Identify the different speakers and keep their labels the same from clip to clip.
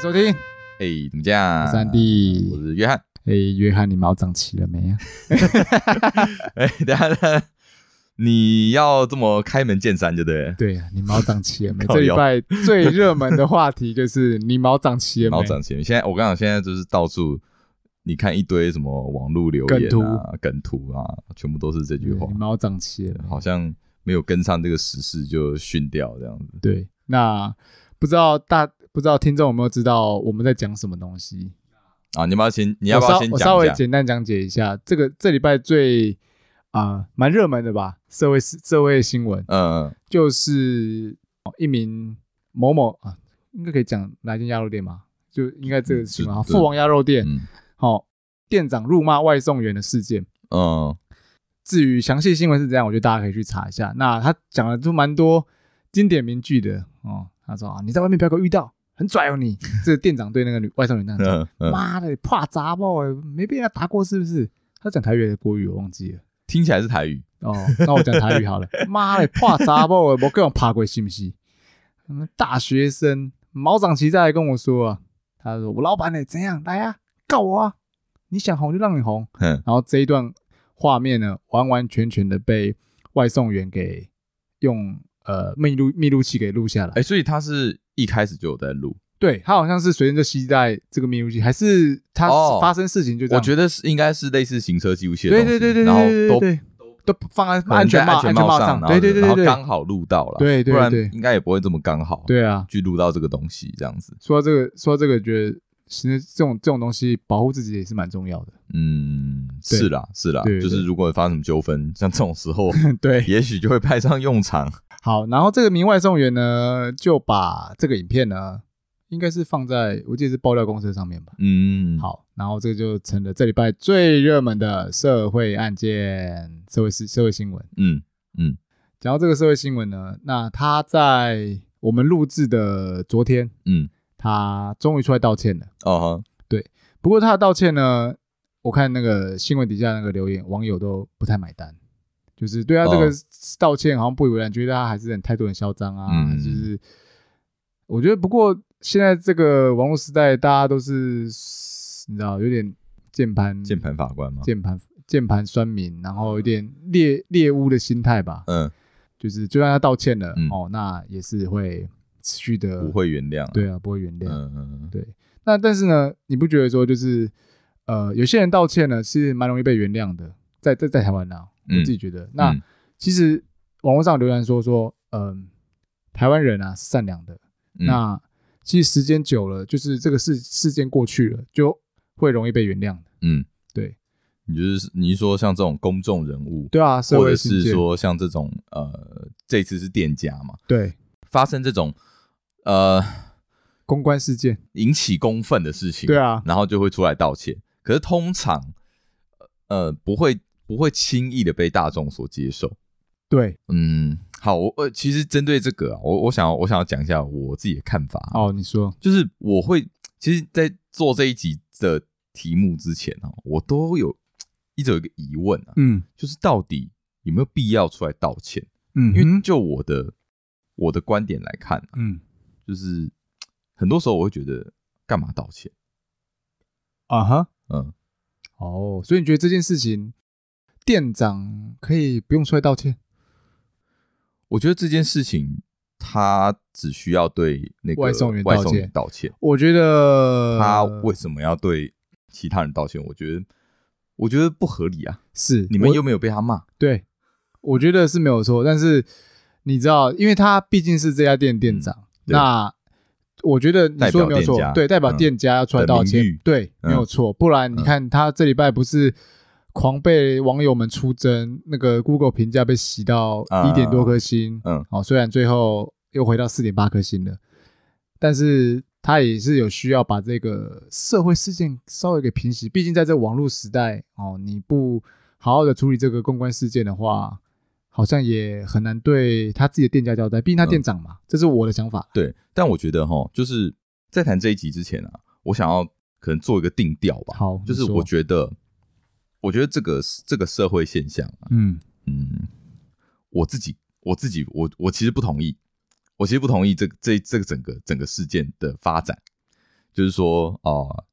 Speaker 1: 收听，
Speaker 2: 哎、怎么讲？
Speaker 1: 三弟
Speaker 2: 我是约翰。
Speaker 1: 哎，约翰，你毛长齐了没啊？
Speaker 2: 哎、等一下，等一下你要这么开门见山，就对了。
Speaker 1: 对啊，你毛长齐了没？
Speaker 2: 靠
Speaker 1: 这礼
Speaker 2: 腰
Speaker 1: 拜最热门的话题就是你毛长齐了没？
Speaker 2: 毛长前面，现在我跟你讲，现在就是到处你看一堆什么网络留言啊、梗图啊，全部都是这
Speaker 1: 对
Speaker 2: 句话
Speaker 1: 你，毛长齐了没？
Speaker 2: 好像没有跟上这个时事就训掉这样子。
Speaker 1: 对，那不知道大不知道听众有没有知道我们在讲什么东西？
Speaker 2: 啊，你要不要先？你要不
Speaker 1: 我
Speaker 2: 要
Speaker 1: 稍
Speaker 2: 先
Speaker 1: 我稍
Speaker 2: 讲一
Speaker 1: 微
Speaker 2: 下？
Speaker 1: 简单讲解一下这个这礼拜最啊蛮热门的吧，社会社会新闻
Speaker 2: 嗯，嗯
Speaker 1: 就是哦一名某某啊，应该可以讲哪间鸭肉店吧？就应该这个新闻啊，
Speaker 2: 嗯是
Speaker 1: 富王鸭肉店，
Speaker 2: 嗯
Speaker 1: 好、店长辱骂外送员的事件。
Speaker 2: 嗯，
Speaker 1: 至于详细新闻是怎样，我觉得大家可以去查一下。那他讲了都蛮多经典名句的哦。他说啊，你在外面不要给我遇到，很拽哦你。这个店长对那个女外送员这样讲，
Speaker 2: 嗯嗯，
Speaker 1: 妈的，怕砸爆，欸没被人家打过是不是？他讲台语还是国语我忘记了。
Speaker 2: 听起来是台语。
Speaker 1: 哦，那我讲台语好了。妈的，怕查某的，我各种爬过是不是？嗯大学生毛长齐在来跟我说啊，他说我老板呢、怎样来啊，告我啊，你想红就让你红。
Speaker 2: 嗯，
Speaker 1: 然后这一段画面呢，完完全全的被外送员给用呃密录密录器给录下来。
Speaker 2: 哎、所以他是一开始就有在录，
Speaker 1: 对他好像是随身就携带这个密录器，还是他
Speaker 2: 哦
Speaker 1: 发生事情就这
Speaker 2: 我
Speaker 1: 样？
Speaker 2: 觉得是应该是类似行车记录器的
Speaker 1: 对
Speaker 2: 东西，
Speaker 1: 对对对
Speaker 2: 然后
Speaker 1: 对
Speaker 2: 都
Speaker 1: 对对，都放在
Speaker 2: 安
Speaker 1: 安全
Speaker 2: 全
Speaker 1: 帽
Speaker 2: 安全
Speaker 1: 帽
Speaker 2: 帽上，然后
Speaker 1: 对对对
Speaker 2: 然
Speaker 1: 对
Speaker 2: 后
Speaker 1: 对，
Speaker 2: 刚好录到了，
Speaker 1: 对对
Speaker 2: 不然
Speaker 1: 对
Speaker 2: 应该也不会这么刚好，
Speaker 1: 对啊，
Speaker 2: 去录到这个东西这样子，
Speaker 1: 说到这个，说到这个，觉得其实这种这种东西保护自己也是蛮重要的。
Speaker 2: 嗯，
Speaker 1: 对
Speaker 2: 是啦是啦
Speaker 1: 对，对
Speaker 2: 就是如果发生什么纠纷， 像这种时候，
Speaker 1: 对，
Speaker 2: 也许就会派上用场，
Speaker 1: 好，然后这个名外送员呢，就把这个影片呢，应该是放在我记得是爆料公司上面吧。
Speaker 2: 嗯，，
Speaker 1: 好，然后这就成了这礼拜最热门的社会案件、社会事、社会新闻。
Speaker 2: 嗯
Speaker 1: 讲到这个社会新闻呢，那他在我们录制的昨天，
Speaker 2: 嗯，
Speaker 1: 他终于出来道歉了。
Speaker 2: 哦
Speaker 1: 不过他的道歉呢，我看那个新闻底下那个留言，网友都不太买单，就是对他这个
Speaker 2: 哦
Speaker 1: 道歉好像不以为然，觉得他还是很态度很嚣张啊，
Speaker 2: 嗯
Speaker 1: 就是我觉得不过现在这个网络时代，大家都是你知道有点键盘
Speaker 2: 哈，键盘法官吗？
Speaker 1: 键盘键盘酸民，然后有点猎猎巫的心态吧，
Speaker 2: 嗯，
Speaker 1: 就是就算他道歉了、
Speaker 2: 嗯
Speaker 1: 哦，那也是会持续的
Speaker 2: 不会原谅，，
Speaker 1: 呃对啊，不会原谅。
Speaker 2: 嗯嗯
Speaker 1: 那但是呢，你不觉得说就是呃，有些人道歉呢是蛮容易被原谅的，在在在台湾呢、我
Speaker 2: 嗯
Speaker 1: 自己觉得。那、
Speaker 2: 嗯
Speaker 1: 其实网络上流传说说，嗯、台湾人啊是善良的，
Speaker 2: 嗯
Speaker 1: 那其实时间久了，就是这个事事件过去了，就会容易被原谅的。
Speaker 2: 嗯，
Speaker 1: 对，
Speaker 2: 你就是你是说像这种公众人物，
Speaker 1: 对啊，社
Speaker 2: 或
Speaker 1: 会
Speaker 2: 者
Speaker 1: 事
Speaker 2: 是
Speaker 1: 件，
Speaker 2: 说像这种呃，这次是店家嘛，
Speaker 1: 对
Speaker 2: 发生这种呃
Speaker 1: 公关事件，
Speaker 2: 引起公愤的事情，
Speaker 1: 对啊，
Speaker 2: 然后就会出来道歉。可是通常，呃，不会不会轻易的被大众所接受。
Speaker 1: 对，
Speaker 2: 嗯，好，我呃，其实针对这个啊，我我想要我想要讲一下我自己的看法。，啊
Speaker 1: 哦，你说，
Speaker 2: 就是我会，其实，在做这一集的题目之前啊，我都有一直有一个疑问啊，
Speaker 1: 嗯
Speaker 2: 就是到底有没有必要出来道歉？
Speaker 1: 嗯
Speaker 2: 因为
Speaker 1: 哼
Speaker 2: 就我的我的观点来看啊、
Speaker 1: 嗯
Speaker 2: 就是很多时候我会觉得干嘛道歉？
Speaker 1: 啊哈，
Speaker 2: 嗯，
Speaker 1: 哦，所以你觉得这件事情，店长可以不用出来道歉？
Speaker 2: 我觉得这件事情，他只需要对那个
Speaker 1: 外送员道
Speaker 2: 外
Speaker 1: 歉呃
Speaker 2: 送员道歉。
Speaker 1: 我觉得
Speaker 2: 他为什么要对其他人道歉？我觉得，我觉得不合理啊！
Speaker 1: 是
Speaker 2: 你们
Speaker 1: 我
Speaker 2: 又没有被他骂，
Speaker 1: 对，我觉得是没有错。但是你知道，因为他毕竟是这家店店长，
Speaker 2: 嗯对
Speaker 1: 那我觉得你
Speaker 2: 代
Speaker 1: 说
Speaker 2: 表
Speaker 1: 的没有
Speaker 2: 店
Speaker 1: 错，
Speaker 2: 家
Speaker 1: 对，代表
Speaker 2: 嗯
Speaker 1: 店家要出来
Speaker 2: 的
Speaker 1: 道
Speaker 2: 名
Speaker 1: 歉，
Speaker 2: 誉
Speaker 1: 对，没有
Speaker 2: 嗯
Speaker 1: 错。不然你看他这礼拜不是狂被网友们出征，那个 Google 评价被洗到
Speaker 2: 啊
Speaker 1: 一点多颗星，
Speaker 2: 嗯，
Speaker 1: 哦，虽然最后又回到四点八颗星了，但是他也是有需要把这个社会事件稍微给平息。毕竟在这网络时代，哦，你不好好的处理这个公关事件的话，好像也很难对他自己的店家交代。毕竟他店长嘛，这是我的想法。
Speaker 2: 对。但我觉得哈，就是在谈这一集之前啊，我想要可能做一个定调吧。
Speaker 1: 好
Speaker 2: 就是
Speaker 1: 你说
Speaker 2: 我觉得，我觉得这个这个社会现象啊，
Speaker 1: 嗯
Speaker 2: 嗯，我自己我自己我我其实不同意，我其实不同意这这这个整个整个事件的发展。就是说哦，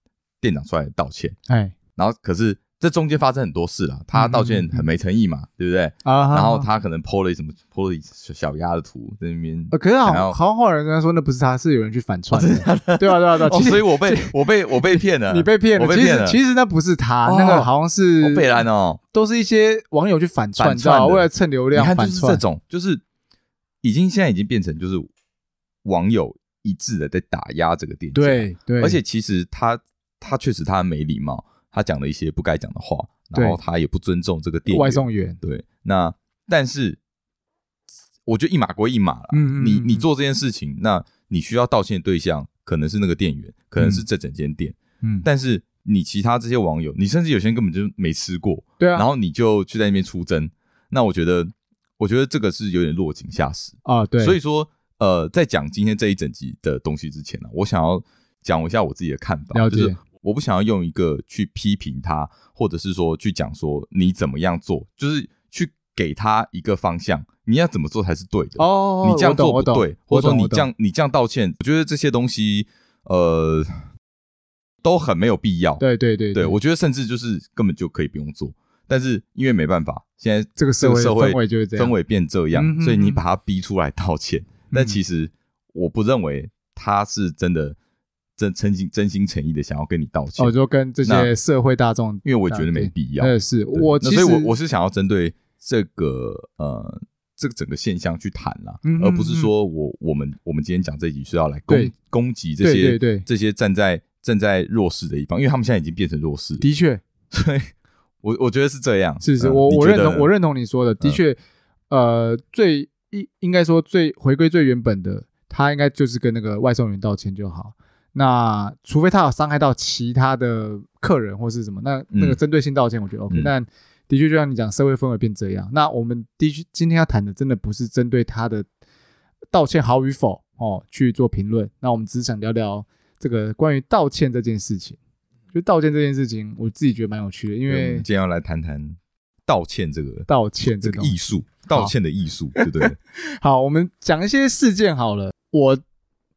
Speaker 2: 店长出来道歉，
Speaker 1: 哎
Speaker 2: 然后可是这中间发生很多事啦，他道
Speaker 1: 嗯
Speaker 2: 歉很没诚意嘛，对不对？
Speaker 1: 啊哈，
Speaker 2: 然后他可能 PO 了什么 PO 了小鸭的图在那边，
Speaker 1: 呃，可是好
Speaker 2: 想要
Speaker 1: 像好像后来人家说那不是他，是有人去反串的，对啊对啊对啊，
Speaker 2: 哦，
Speaker 1: 其实
Speaker 2: 所以我被我被我被骗了，
Speaker 1: 你被骗了，
Speaker 2: 呃我被
Speaker 1: 其
Speaker 2: 骗
Speaker 1: 实
Speaker 2: 了，
Speaker 1: 其实那不是他，那
Speaker 2: 哦
Speaker 1: 个好像
Speaker 2: 我
Speaker 1: 是
Speaker 2: 被拦哦，
Speaker 1: 都是一些网友去反串，
Speaker 2: 反
Speaker 1: 你知道
Speaker 2: 串
Speaker 1: 吗
Speaker 2: 的
Speaker 1: 为了蹭流
Speaker 2: 你
Speaker 1: 量
Speaker 2: 看就
Speaker 1: 反
Speaker 2: 是
Speaker 1: 串
Speaker 2: 这种，啊就是已经现在已经变成就是网友一致的在打压这个店家，
Speaker 1: 对对，
Speaker 2: 而且其实他他确实他很没礼貌，他讲了一些不该讲的话，然后
Speaker 1: 对
Speaker 2: 他也啊不尊重这个店
Speaker 1: 外
Speaker 2: 员。
Speaker 1: 送员，
Speaker 2: 对，那但是我觉得一码归一码啦，
Speaker 1: 嗯嗯嗯
Speaker 2: 你你
Speaker 1: 嗯
Speaker 2: 做这件事情，那你需要道歉的对象可能是那个店员，可能是这整间店，
Speaker 1: 嗯，
Speaker 2: 但是你其他这些网友，你甚至有些人根本就没吃过，
Speaker 1: 对啊，
Speaker 2: 然后你就去在那边出征，那我觉得我觉得这个是有点落井下石。
Speaker 1: 啊对，
Speaker 2: 所
Speaker 1: 以
Speaker 2: 以说，呃，在讲今天这一整集的东西之前呢、我想要讲一下我自己的看法，
Speaker 1: 了解
Speaker 2: 就是我不想要用一个去批评他，或者是说去讲说你怎么样做，就是去给他一个方向，你要怎么做才是对的。
Speaker 1: 哦，
Speaker 2: 你这样
Speaker 1: 我懂
Speaker 2: 做不
Speaker 1: 我懂
Speaker 2: 对，
Speaker 1: 我
Speaker 2: 或者说
Speaker 1: 懂
Speaker 2: 你
Speaker 1: 我懂
Speaker 2: 这样你这样道歉，我觉得这些东西，呃，都很没有必要。
Speaker 1: 对对对
Speaker 2: 对，我觉得甚至就是根本就可以不用做，但是因为没办法，现在
Speaker 1: 这个社
Speaker 2: 这个
Speaker 1: 会
Speaker 2: 社会
Speaker 1: 氛围就是这样，
Speaker 2: 氛围变这样，
Speaker 1: 嗯哼
Speaker 2: 所以你
Speaker 1: 哼
Speaker 2: 把他逼出来道歉。但
Speaker 1: 嗯
Speaker 2: 其实我不认为他是真的真真心真心诚意的想要跟你道歉，
Speaker 1: 哦，就跟这些社会大众，
Speaker 2: 因为我觉得没必要。
Speaker 1: 呃，是
Speaker 2: 对
Speaker 1: 我
Speaker 2: 那
Speaker 1: 其
Speaker 2: 所以
Speaker 1: 实
Speaker 2: 我我是想要针对这个呃这个整个现象去谈啦，
Speaker 1: 嗯
Speaker 2: 而不是
Speaker 1: 嗯嗯
Speaker 2: 说我我们我们今天讲这集是要来攻
Speaker 1: 对
Speaker 2: 攻击这
Speaker 1: 对
Speaker 2: 些
Speaker 1: 对对
Speaker 2: 这些站在站在弱势的一方，因为他们现在已经变成弱势了，
Speaker 1: 的确
Speaker 2: 所以我我觉得是这样。
Speaker 1: 是是，
Speaker 2: 嗯
Speaker 1: 我
Speaker 2: 你
Speaker 1: 我
Speaker 2: 觉
Speaker 1: 认
Speaker 2: 得嗯
Speaker 1: 同
Speaker 2: 呢
Speaker 1: 我认同你说的，的确，呃，最应应该说最回归最原本的，他应该就是跟那个外送员道歉就好。那除非他有伤害到其他的客人或是什么，那那个针对性道歉，我觉得 OK、
Speaker 2: 嗯
Speaker 1: 但的确，就像你讲，社会氛围变这样。那我们的确今天要谈的，真的不是针对他的道歉好与否哦去做评论。那我们只是想聊聊这个关于道歉这件事情。就道歉这件事情，我自己觉得蛮有趣的，因
Speaker 2: 对我
Speaker 1: 为
Speaker 2: 们今天要来谈谈道歉这个
Speaker 1: 道歉这
Speaker 2: 这个
Speaker 1: 个
Speaker 2: 艺术，道歉的艺术，对不对？
Speaker 1: 好，我们讲一些事件好了。我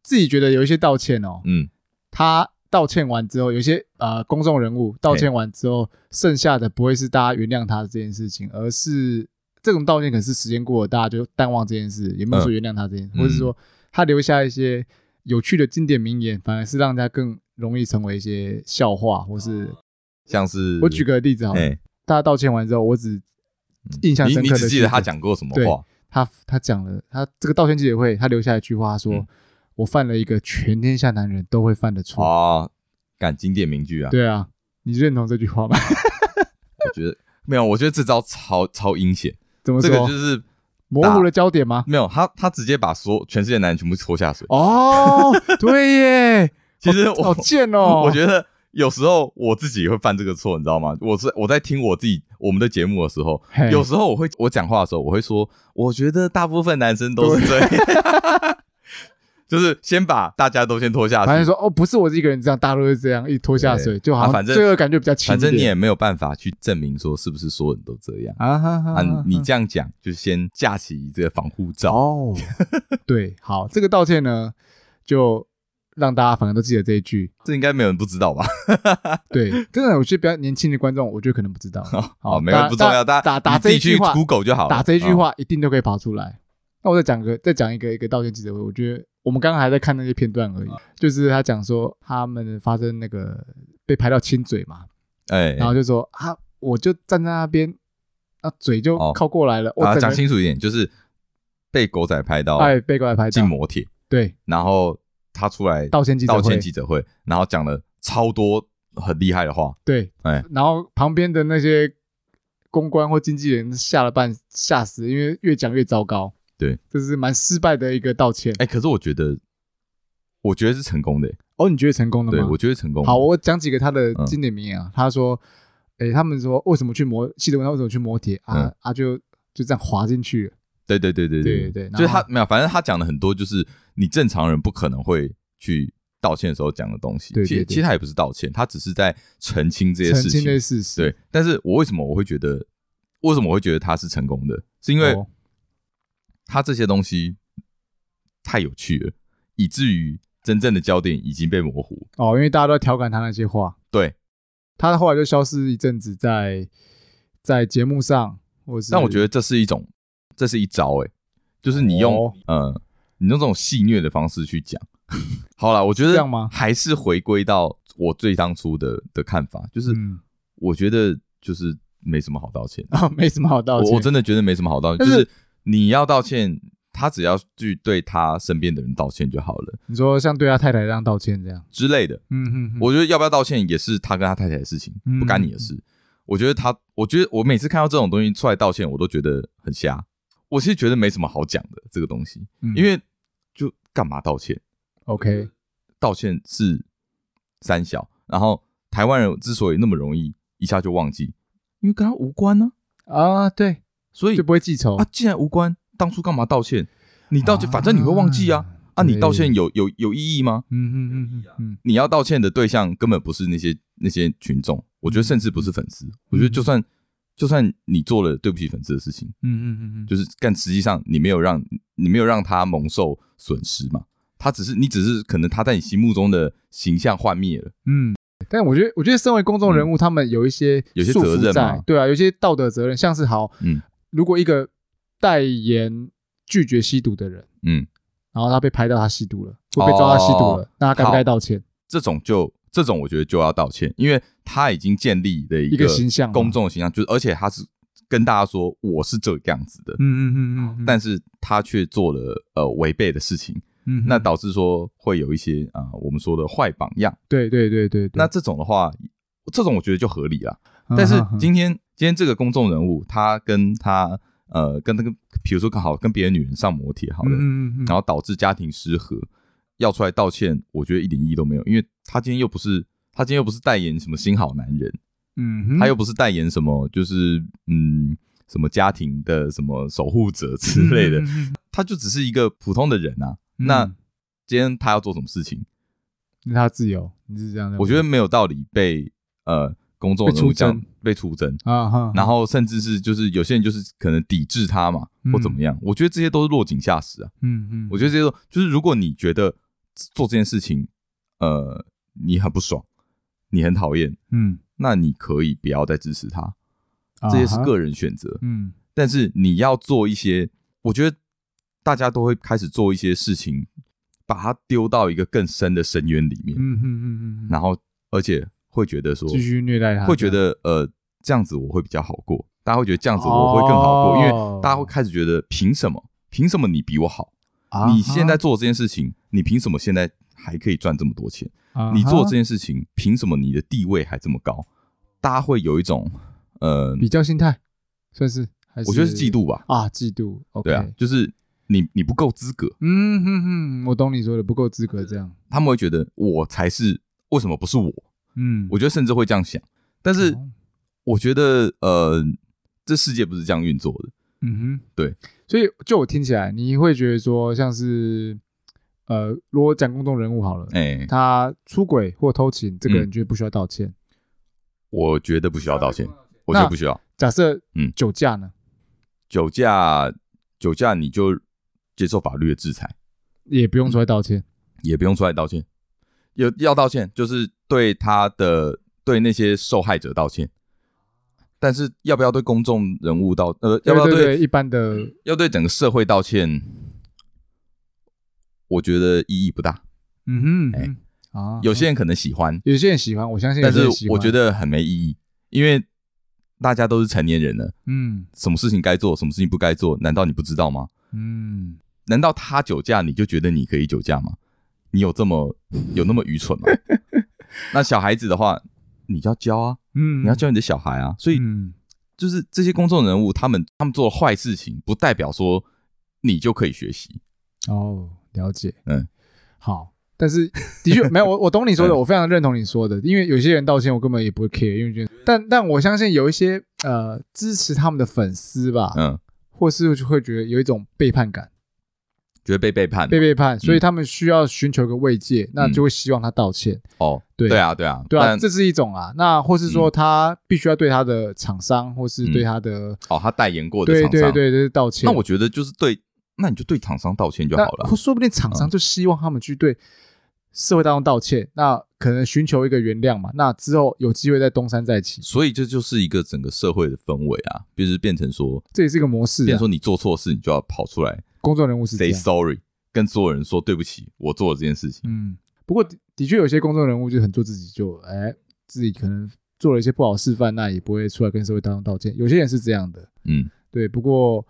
Speaker 1: 自己觉得有一些道歉哦，
Speaker 2: 嗯，
Speaker 1: 他道歉完之后，有一些呃公众人物道歉完之后，剩下的不会是大家原谅他这件事情，而是这种道歉可能是时间过了，大家就淡忘这件事，也没有说原谅他这件事，
Speaker 2: 嗯
Speaker 1: 或者是说他留下一些有趣的经典名言，反而是让大家更容易成为一些笑话，或哦是
Speaker 2: 像是
Speaker 1: 我举个例子好了，
Speaker 2: 哎，
Speaker 1: 大家道歉完之后，我只印象
Speaker 2: 你
Speaker 1: 深
Speaker 2: 你
Speaker 1: 刻的
Speaker 2: 只记得
Speaker 1: 是
Speaker 2: 他讲过什么
Speaker 1: 对
Speaker 2: 话？
Speaker 1: 他他讲了，他这个道歉记者会，他留下一句话他说：“
Speaker 2: 嗯
Speaker 1: 我犯了一个全天下男人都会犯的错。
Speaker 2: 哦，敢经典名句啊！
Speaker 1: 对啊，你认同这句话吗？
Speaker 2: 我觉得没有，我觉得这招超超阴险，
Speaker 1: 怎么
Speaker 2: 这
Speaker 1: 说？
Speaker 2: 个就是
Speaker 1: 模糊了焦点吗？
Speaker 2: 没有他，他直接把所有全世界男人全部拖下水。
Speaker 1: 哦，对耶，
Speaker 2: 其实
Speaker 1: 好
Speaker 2: 我
Speaker 1: 贱哦！
Speaker 2: 我觉得有时候我自己也会犯这个错，你知道吗？我是我在听我自己我们的节目的时候，
Speaker 1: 嘿
Speaker 2: 有时候我会我讲话的时候，我会说，我觉得大部分男生都是这样， 就是先把大家都先拖下
Speaker 1: 反正
Speaker 2: 去，
Speaker 1: 说哦，不是我一个人这样，大家都是这样，一拖下水，
Speaker 2: 对
Speaker 1: 就好像
Speaker 2: 啊反正
Speaker 1: 罪恶感觉比较轻
Speaker 2: 反
Speaker 1: 一点。
Speaker 2: 正你也没有办法去证明说是不是所有人都这样
Speaker 1: 啊哈哈
Speaker 2: 啊
Speaker 1: 哈，。
Speaker 2: 你这样讲就先架起这个防护罩，
Speaker 1: 哦，对，好，这个道歉呢，就让大家反而都记得这一句。
Speaker 2: 这应该没有人不知道 吧？
Speaker 1: 对，真的，有些比较年轻的观众，我觉得可能不知道。
Speaker 2: 好，
Speaker 1: 好
Speaker 2: 哦没有
Speaker 1: 大
Speaker 2: 不重要，大家
Speaker 1: 打打
Speaker 2: 你自
Speaker 1: 这
Speaker 2: 己
Speaker 1: 一句
Speaker 2: 去
Speaker 1: 话
Speaker 2: Google 就好了，
Speaker 1: 打这一句
Speaker 2: 啊
Speaker 1: 话一定都可以跑出来。那我再讲个，再讲一个一个道歉记者会，我觉得我们刚刚还在看那些片段而已，
Speaker 2: 嗯
Speaker 1: 就是他讲说他们发生那个被拍到亲嘴嘛，
Speaker 2: 哎，
Speaker 1: 然后就说啊，我就站在那边，啊嘴就
Speaker 2: 哦
Speaker 1: 靠过来了，我
Speaker 2: 啊，
Speaker 1: 整
Speaker 2: 讲
Speaker 1: 个
Speaker 2: 清哦楚一点，就是被狗仔拍到
Speaker 1: 哎被过来拍到
Speaker 2: 进，摩铁，
Speaker 1: 对，
Speaker 2: 然后他出来
Speaker 1: 道歉记者
Speaker 2: 道
Speaker 1: 会，
Speaker 2: 歉记者会，然后讲了超多很厉害的话，
Speaker 1: 对，
Speaker 2: 哎
Speaker 1: 然后旁边的那些公关或经纪人吓了半吓死，因为越讲越糟糕，
Speaker 2: 对，
Speaker 1: 这是蛮失败的一个道歉。
Speaker 2: 哎，可是我觉得，我觉得是成功的，欸
Speaker 1: 哦，你觉得成功了吗？
Speaker 2: 对我觉得成功的，
Speaker 1: 好，哦我讲几个他的
Speaker 2: 嗯
Speaker 1: 经典名言啊。他说：“诶、他们说为什么去磨？记得问他为什么去磨铁啊、
Speaker 2: 嗯
Speaker 1: 啊就，就这样滑进去了。
Speaker 2: 对对对对
Speaker 1: 对对
Speaker 2: 就是
Speaker 1: 然后
Speaker 2: 他没有，反正他讲了很多，就是你正常人不可能会去道歉的时候讲的东西。
Speaker 1: 对对
Speaker 2: 其实
Speaker 1: 对
Speaker 2: 其实他也不是道歉，他只是在澄清这些
Speaker 1: 澄
Speaker 2: 事
Speaker 1: 清
Speaker 2: 情。
Speaker 1: 这事实，
Speaker 2: 对，但是我为什么我会觉得，为什么我会觉得他是成功的，是因为
Speaker 1: 哦
Speaker 2: 他这些东西太有趣了，以至于真正的焦点已经被模糊。
Speaker 1: 哦，因为大家都在调侃他那些话，
Speaker 2: 对，
Speaker 1: 他后来就消失一阵子在，在节目上，或是
Speaker 2: 但我觉得这是一种，这是一招、欸，哎，就是你用、
Speaker 1: 哦
Speaker 2: 呃，你用这种戏谑的方式去讲。 好啦，我觉得
Speaker 1: 这样吗
Speaker 2: 还是回归到我最当初的的看法，就是
Speaker 1: 嗯
Speaker 2: 我觉得就是没什么好道歉。
Speaker 1: 啊，没什么好道
Speaker 2: 我
Speaker 1: 歉，
Speaker 2: 我真的觉得没什么好道歉，
Speaker 1: 但
Speaker 2: 就是是你要道歉，他只要去对他身边的人道歉就好了
Speaker 1: 你说像对他太太这样道歉这样，
Speaker 2: 之类的。
Speaker 1: 嗯哼哼，
Speaker 2: 我觉得要不要道歉也是他跟他太太的事情，
Speaker 1: 嗯
Speaker 2: 不干你的事。我觉得他，我觉得我每次看到这种东西出来道歉，我都觉得很瞎。我其实觉得没什么好讲的这个东西，
Speaker 1: 嗯
Speaker 2: 因为就干嘛道歉？
Speaker 1: OK，
Speaker 2: 道歉是三小，然后台湾人之所以那么容易一下就忘记，因为跟他无关呢、
Speaker 1: 啊，对，
Speaker 2: 所以
Speaker 1: 就不会记仇
Speaker 2: 啊，既然无关，当初干嘛道歉？你道歉，
Speaker 1: 啊
Speaker 2: 反正你会忘记啊。啊，
Speaker 1: 对
Speaker 2: 你道歉有有有意义吗？
Speaker 1: 嗯哼哼哼嗯
Speaker 2: 你要道歉的对象根本不是那些那些群众，我
Speaker 1: 嗯
Speaker 2: 觉得甚至不是粉丝。我觉得就算就算你做了对不起粉丝的事情，
Speaker 1: 嗯嗯嗯嗯，
Speaker 2: 就是但实际上你没有让你没有让他蒙受损失嘛，他只是你只是可能他在你心目中的形象幻灭了。
Speaker 1: 嗯，但我觉得，我觉得身为公众人物，他们有一些
Speaker 2: 嗯有些
Speaker 1: 束
Speaker 2: 责
Speaker 1: 缚
Speaker 2: 任
Speaker 1: 在
Speaker 2: 嘛，
Speaker 1: 对啊，有一些道德责任，像是好，
Speaker 2: 嗯，
Speaker 1: 如果一个代言拒绝吸毒的人，
Speaker 2: 嗯，
Speaker 1: 然后他被拍到他吸毒了，或被抓到吸毒了
Speaker 2: 哦，
Speaker 1: 那他该不该道歉？
Speaker 2: 这种就这种我觉得就要道歉，因为他已经建立了一
Speaker 1: 一个形象嘛
Speaker 2: 公众的形象，就是而且他是跟大家说我是这个样子的，
Speaker 1: 嗯嗯嗯嗯，
Speaker 2: 但是他却做了呃违背的事情，
Speaker 1: 嗯
Speaker 2: 那导致说会有一些啊、我们说的坏榜样。
Speaker 1: 对对对对，对嗯
Speaker 2: 那这种的话，这种我觉得就合理啦。但是今天今天这个公众人物，他跟他呃跟那个，比如说刚好跟别的女人上摩铁好了，
Speaker 1: 嗯嗯嗯，
Speaker 2: 然后导致家庭失和，要出来道歉，我觉得一点意义都没有，因为他今天又不是他今天又不是代言什么新好男人，
Speaker 1: 嗯，
Speaker 2: 他又不是代言什么就是嗯什么家庭的什么守护者
Speaker 1: 嗯
Speaker 2: 之类的，他就只是一个普通的人啊。那今天他要做什么事情，
Speaker 1: 那他自由，你是这样的，
Speaker 2: 我觉得没有道理被呃公众人物这样被出征，
Speaker 1: 啊哈，
Speaker 2: 然后甚至是就是有些人就是可能抵制他嘛
Speaker 1: 嗯
Speaker 2: 或怎么样，我觉得这些都是落井下石啊。
Speaker 1: 嗯嗯，
Speaker 2: 我觉得这些都就是如果你觉得做这件事情，呃，你很不爽，你很讨厌，
Speaker 1: 嗯，
Speaker 2: 那你可以不要再支持他，这些是个人选择。
Speaker 1: 啊嗯
Speaker 2: 但是你要做一些，我觉得大家都会开始做一些事情，把它丢到一个更深的深渊里面，
Speaker 1: 嗯嗯嗯嗯，
Speaker 2: 然后而且会觉得说，
Speaker 1: 继续虐待他，
Speaker 2: 会觉得呃这样子我会比较好过，大家会觉得这样子我会更好过，因
Speaker 1: 哦
Speaker 2: 为大家会开始觉得凭什么？凭什么你比我好？
Speaker 1: 啊
Speaker 2: 你现在做这件事情，你凭什么现在还可以赚这么多钱？
Speaker 1: 啊
Speaker 2: 你做这件事情，凭什么你的地位还这么高？大家会有一种，呃，
Speaker 1: 比较心态，算是还是
Speaker 2: 我觉得是嫉妒吧，
Speaker 1: 啊，嫉妒。OK，
Speaker 2: 对啊，就是你你不够资格，
Speaker 1: 嗯哼哼，我懂你说的，不够资格这样。
Speaker 2: 他们会觉得我才是为什么不是我？
Speaker 1: 嗯，
Speaker 2: 我觉得甚至会这样想，但是
Speaker 1: 哦
Speaker 2: 我觉得呃，这世界不是这样运作的，
Speaker 1: 嗯哼，
Speaker 2: 对。
Speaker 1: 所以就我听起来，你会觉得说，像是呃，如果讲公众人物好了，
Speaker 2: 哎、
Speaker 1: 他出轨或偷情，这个
Speaker 2: 嗯
Speaker 1: 人就不需要道歉。
Speaker 2: 我觉得不需要道歉，我觉得不需要。
Speaker 1: 假设
Speaker 2: 嗯
Speaker 1: 酒驾呢，
Speaker 2: 酒驾，酒驾你就接受法律的制裁，
Speaker 1: 也不用出来道歉。
Speaker 2: 也不用出来道歉。有要道歉，就是对他的对那些受害者道歉，但是要不要对公众人物道嗯呃，要不要
Speaker 1: 对
Speaker 2: 对
Speaker 1: 对，一般的
Speaker 2: 要对整个社会道歉？我觉得意义不大。
Speaker 1: 嗯哼
Speaker 2: 哎
Speaker 1: 嗯啊，
Speaker 2: 有些人可能喜欢，
Speaker 1: 有些人喜欢，我相信有
Speaker 2: 但
Speaker 1: 些
Speaker 2: 是
Speaker 1: 人喜欢。
Speaker 2: 我觉得很没意义，因为大家都是成年人了，
Speaker 1: 嗯
Speaker 2: 什么事情该做，什么事情不该做，难道你不知道吗？
Speaker 1: 嗯，
Speaker 2: 难道他酒驾你就觉得你可以酒驾吗？你有这么有那么愚蠢吗？ 那小孩子的话，你要教啊，
Speaker 1: 嗯，
Speaker 2: 你要教你的小孩啊。所以
Speaker 1: 嗯
Speaker 2: 就是这些公众人物，他们他们做坏事情，不代表说你就可以学习。
Speaker 1: 哦，了解，
Speaker 2: 嗯，
Speaker 1: 好，但是的确没有我，我懂你说的，我非常认同你说的，因为有些人道歉我根本也不会 care，因为觉得，但但我相信有一些呃支持他们的粉丝吧，
Speaker 2: 嗯，
Speaker 1: 或是就会觉得有一种背叛感，
Speaker 2: 觉得被背叛
Speaker 1: 被背叛，
Speaker 2: 嗯
Speaker 1: 所以他们需要寻求个慰藉，那就会希望他道歉，
Speaker 2: 哦，
Speaker 1: 对
Speaker 2: 嗯对啊，对啊，
Speaker 1: 对啊，
Speaker 2: 但嗯
Speaker 1: 这是一种啊，那或是说他必须要对他的厂商或是对他的、
Speaker 2: 哦，他代言过的
Speaker 1: 对
Speaker 2: 厂商，
Speaker 1: 对对对对道歉，啊
Speaker 2: 那我觉得就是对，那你就对厂商道歉就好
Speaker 1: 那
Speaker 2: 了。嗯
Speaker 1: 说不定厂商就希望他们去对社会大众道歉，那可能寻求一个原谅嘛，那之后有机会再东山再起，
Speaker 2: 所以这就是一个整个社会的氛围啊，就是变成说，
Speaker 1: 这也是一个模式、
Speaker 2: 变
Speaker 1: 啊
Speaker 2: 成。说你做错事，你就要跑出来
Speaker 1: 公众人物是这
Speaker 2: say
Speaker 1: 样，
Speaker 2: sorry，跟所有人说对不起，我做了这件事情。
Speaker 1: 嗯，不过的的确有些公众人物就很做自己就，哎嗯自己可能做了一些不好示范，那也不会出来跟社会大众道歉。有些人是这样的，
Speaker 2: 嗯，
Speaker 1: 对，不过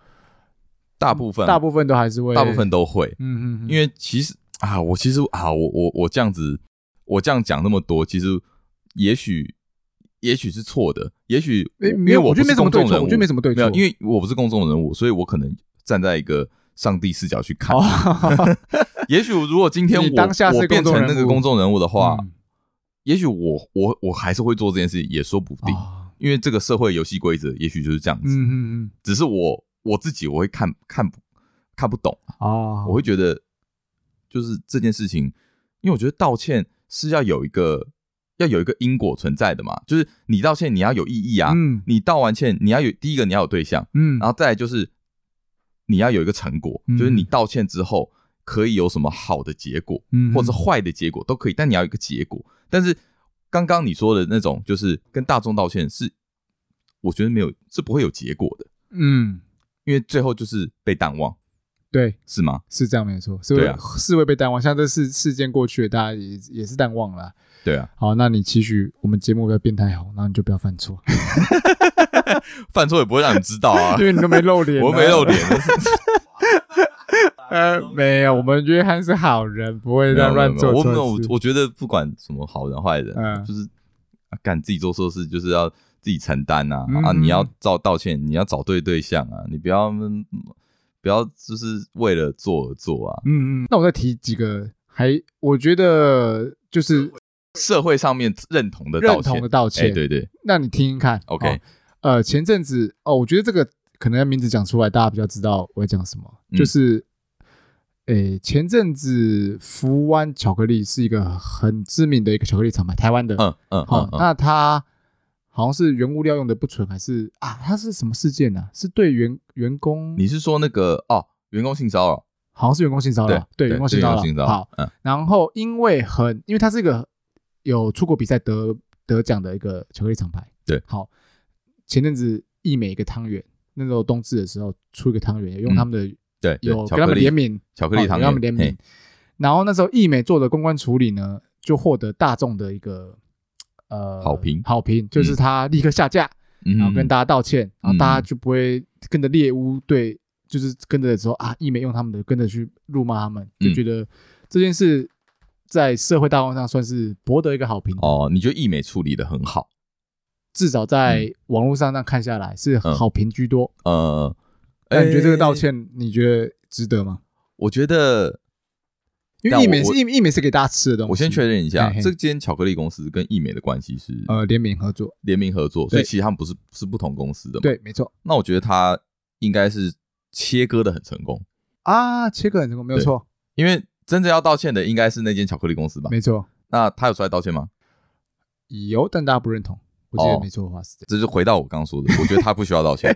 Speaker 2: 大部分
Speaker 1: 大部分都还是会，
Speaker 2: 大部分都会，
Speaker 1: 嗯嗯嗯，
Speaker 2: 因为其实啊，我其实啊，我我我这样子，我这样讲那么多，其实也许也许是错的，也许
Speaker 1: 诶
Speaker 2: 因
Speaker 1: 没
Speaker 2: 为
Speaker 1: 有
Speaker 2: 我
Speaker 1: 我觉得
Speaker 2: 不
Speaker 1: 没
Speaker 2: 是
Speaker 1: 什么
Speaker 2: 公
Speaker 1: 对
Speaker 2: 众
Speaker 1: 错
Speaker 2: 人物，
Speaker 1: 我觉得没什么对
Speaker 2: 没有
Speaker 1: 错
Speaker 2: 因为我不是公众人物，所以我可能站在一个上帝视角去看。也许如果今天
Speaker 1: 哦你
Speaker 2: 我
Speaker 1: 当下是
Speaker 2: 我变成那
Speaker 1: 公众人
Speaker 2: 个
Speaker 1: 物
Speaker 2: 公众人物的话，
Speaker 1: 嗯
Speaker 2: 也许我我我还是会做这件事，也说不定，
Speaker 1: 啊
Speaker 2: 因为这个社会游戏规则也许就是这样子。
Speaker 1: 嗯嗯嗯，
Speaker 2: 只是我我自己我会看看不看不懂，
Speaker 1: 啊，
Speaker 2: 我会觉得就是这件事情，因为我觉得道歉是要有一个要有一个因果存在的嘛，就是你道歉你要有意义啊，
Speaker 1: 嗯
Speaker 2: 你道完歉你要有第一个你要有对象，
Speaker 1: 嗯，
Speaker 2: 然后再来就是你要有一个成果，
Speaker 1: 嗯
Speaker 2: 就是你道歉之后可以有什么好的结果，
Speaker 1: 嗯
Speaker 2: 或者是坏的结果都可以，但你要有一个结果。但是刚刚你说的那种，就是跟大众道歉是，我觉得没有是不会有结果的，
Speaker 1: 嗯，
Speaker 2: 因为最后就是被淡忘，
Speaker 1: 对，
Speaker 2: 是吗？
Speaker 1: 是这样没错，是
Speaker 2: 对
Speaker 1: 会、
Speaker 2: 啊
Speaker 1: 是会被淡忘。像这事事件过去了，大家也也是淡忘了啊。
Speaker 2: 对啊，
Speaker 1: 好，那你期许我们节目不要变太好，那你就不要犯错，
Speaker 2: 犯错也不会让你知道啊
Speaker 1: 因，为你都没露 脸、
Speaker 2: 我没露。脸，
Speaker 1: 呃，没有，我们约翰是好人，不会
Speaker 2: 没
Speaker 1: 乱
Speaker 2: 有没有
Speaker 1: 乱
Speaker 2: 没有
Speaker 1: 做
Speaker 2: 我没有
Speaker 1: 错
Speaker 2: 我
Speaker 1: 事。
Speaker 2: 我觉得不管什么好人坏人，
Speaker 1: 嗯
Speaker 2: 就是啊干自己做错事就是要自己承担呐、啊
Speaker 1: 嗯
Speaker 2: 啊！你要照道歉，你要找对对象啊，你不要嗯不要就是为了做而做啊。
Speaker 1: 嗯嗯，那我再提几个，还我觉得就是
Speaker 2: 社会上面认同的道
Speaker 1: 认
Speaker 2: 歉
Speaker 1: 同的，道
Speaker 2: 哎、
Speaker 1: 歉，
Speaker 2: 对对，
Speaker 1: 那你听听看。
Speaker 2: OK
Speaker 1: 哦呃，前阵子哦，我觉得这个可能要名字讲出来，大家比较知道我在讲什么。
Speaker 2: 嗯
Speaker 1: 就是，诶、前阵子福湾巧克力是一个很知名的一个巧克力厂牌，台湾的。
Speaker 2: 嗯嗯
Speaker 1: 好、
Speaker 2: 嗯嗯，
Speaker 1: 那它好像是原物料用的不纯，还是啊？它是什么事件呢、啊？是对员员工，
Speaker 2: 你是说那个哦，员工性骚扰？
Speaker 1: 好像是员工性骚
Speaker 2: 对
Speaker 1: 扰，哦对，员工性骚扰。好，，
Speaker 2: 嗯
Speaker 1: 然后因为很，因为它是一个有出国比赛得得奖的一个巧克力厂牌。
Speaker 2: 对，
Speaker 1: 好，前阵子一美一个汤圆，那时候冬至的时候出一个汤圆，有用他们的、
Speaker 2: 对，嗯对
Speaker 1: 有
Speaker 2: 巧
Speaker 1: 跟他
Speaker 2: 克
Speaker 1: 们
Speaker 2: 力
Speaker 1: 联名，
Speaker 2: 巧克力
Speaker 1: 哦
Speaker 2: 糖
Speaker 1: 有跟他们
Speaker 2: 也
Speaker 1: 联名
Speaker 2: 嘿。
Speaker 1: 然后那时候易美做的公关处理呢，就获得大众的一个呃
Speaker 2: 好评
Speaker 1: 好评就是他立刻下架，
Speaker 2: 嗯，
Speaker 1: 然后跟大家道歉，然
Speaker 2: 嗯
Speaker 1: 后大家就不会跟着猎巫对，就是跟着说啊，易美用他们的，跟着去辱骂他们，就
Speaker 2: 嗯
Speaker 1: 觉得这件事在社会大众上算是博得一个好评，
Speaker 2: 哦，你觉得艺美处理的很好，
Speaker 1: 至少在网络上那看下来是
Speaker 2: 嗯
Speaker 1: 好评居多。
Speaker 2: 呃，
Speaker 1: 那你觉得这个
Speaker 2: 哎
Speaker 1: 道歉，你觉得值得吗？
Speaker 2: 我觉得，
Speaker 1: 因
Speaker 2: 但
Speaker 1: 为
Speaker 2: 我
Speaker 1: 易美是
Speaker 2: 我
Speaker 1: 易易美是给大家吃的东西，
Speaker 2: 我先确认一下
Speaker 1: 嘿，嘿
Speaker 2: 这间巧克力公司跟易美的关系是
Speaker 1: 呃联名合作，
Speaker 2: 联名合作，所以
Speaker 1: 对
Speaker 2: 其实他们不是是不同公司的嘛。，
Speaker 1: 对，没错
Speaker 2: 那我觉得他应该是切割的很成功，
Speaker 1: 啊，切割很成功，没有
Speaker 2: 对
Speaker 1: 错，
Speaker 2: 因为真正要道歉的应该是那间巧克力公司吧？
Speaker 1: 没错，
Speaker 2: 那他有出来道歉吗？
Speaker 1: 有，但大家不认同。我记得
Speaker 2: 哦
Speaker 1: 没错的话是这样。
Speaker 2: 这就回到我刚刚说的，我觉得他不需要 道歉，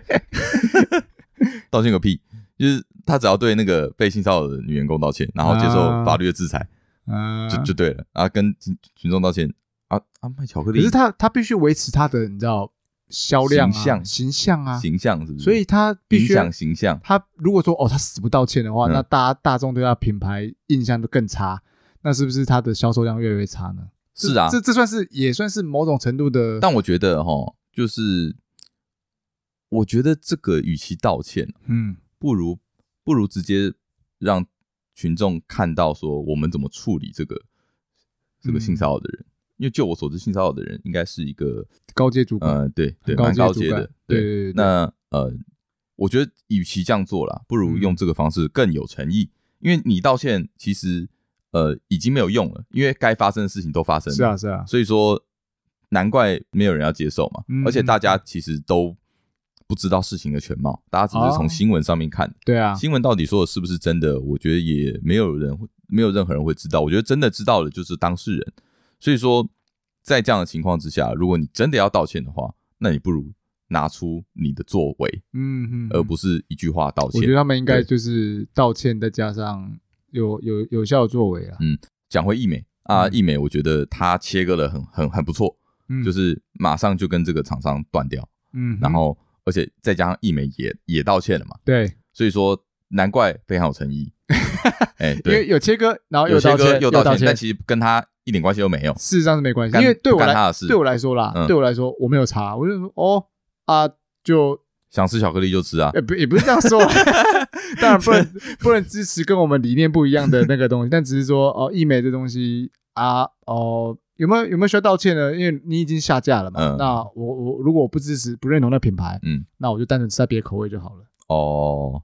Speaker 2: 道歉个屁！就是他只要对那个被性骚扰的女员工道歉，然后接受
Speaker 1: 啊
Speaker 2: 法律的制裁，
Speaker 1: 嗯，
Speaker 2: 就就对了。啊，跟群群众道歉啊啊，卖巧克
Speaker 1: 可
Speaker 2: 力
Speaker 1: 是他他必须维持他的你知道销量、啊、
Speaker 2: 形象
Speaker 1: 形象啊，
Speaker 2: 形象是不是？
Speaker 1: 所以他必
Speaker 2: 影
Speaker 1: 须
Speaker 2: 响形象。
Speaker 1: 他如果说哦他死不道歉的话，
Speaker 2: 嗯
Speaker 1: 那大家大众对他品牌印象就更差，那是不是他的销售量越来越差呢？这
Speaker 2: 是啊
Speaker 1: 这这算是也算是某种程度的，
Speaker 2: 但我觉得哈，就是我觉得这个与其道歉，
Speaker 1: 嗯
Speaker 2: 不如不如直接让群众看到说我们怎么处理这个这个
Speaker 1: 嗯
Speaker 2: 性骚扰的人。因为就我所知，性骚扰的人应该是一个
Speaker 1: 高阶主管，
Speaker 2: 呃，对对，
Speaker 1: 高
Speaker 2: 蛮
Speaker 1: 阶
Speaker 2: 高
Speaker 1: 主
Speaker 2: 阶
Speaker 1: 管
Speaker 2: 的。
Speaker 1: 对对对对嗯
Speaker 2: 那呃，我觉得与其这样做啦，不如用这个方式更有诚意。因为你道歉其实呃已经没有用了，因为该发生的事情都发生了。
Speaker 1: 是啊是啊，
Speaker 2: 所以说难怪没有人要接受嘛，
Speaker 1: 嗯
Speaker 2: 而且大家其实都不知道事情的全貌，大家只是从
Speaker 1: 哦
Speaker 2: 新闻上面看的，
Speaker 1: 对啊，
Speaker 2: 新闻到底说的是不是真的，我觉得也没有人会，没有任何人会知道，我觉得真的知道的就是当事人，所以说在这样的情况之下，如果你真的要道歉的话，那你不如拿出你的作为，
Speaker 1: 嗯嗯，嗯
Speaker 2: 而呃不是一句话道
Speaker 1: 我觉得
Speaker 2: 歉。
Speaker 1: 他们应该
Speaker 2: 对
Speaker 1: 就是道歉，再加上有有有效的作为啊，
Speaker 2: 讲回艺美，啊，
Speaker 1: 嗯
Speaker 2: 易美我觉得它切割的很很很不错，
Speaker 1: 嗯，
Speaker 2: 就是马上就跟这个厂商断掉，
Speaker 1: 嗯哼，
Speaker 2: 然后而且再加上易美也也道歉了嘛，
Speaker 1: 对，
Speaker 2: 所以说难怪非常有 诚意。哎，
Speaker 1: 因为
Speaker 2: 对，
Speaker 1: 有切割，然后
Speaker 2: 有些
Speaker 1: 道
Speaker 2: 歌
Speaker 1: 歉，
Speaker 2: 又
Speaker 1: 又
Speaker 2: 道
Speaker 1: 道
Speaker 2: 但其实跟他一点关系都没有。
Speaker 1: 事实上是没关系，
Speaker 2: 干
Speaker 1: 因为对我
Speaker 2: 不干他
Speaker 1: 来
Speaker 2: 的事
Speaker 1: 对我来说啦，
Speaker 2: 嗯
Speaker 1: 对我来说我没有查，我就说哦啊，就
Speaker 2: 想吃巧克力就吃啊，
Speaker 1: 呃不也不是这样说， 当然不 能不能支持跟我们理念不一样的那个东西，但只是说哦，医美这东西啊哦。有没有有没有需要道歉呢？因为你已经下架了嘛。
Speaker 2: 嗯
Speaker 1: 那我我如果我不支持、不认同那品牌，
Speaker 2: 嗯，
Speaker 1: 那我就单纯吃它别的口味就好了。
Speaker 2: 哦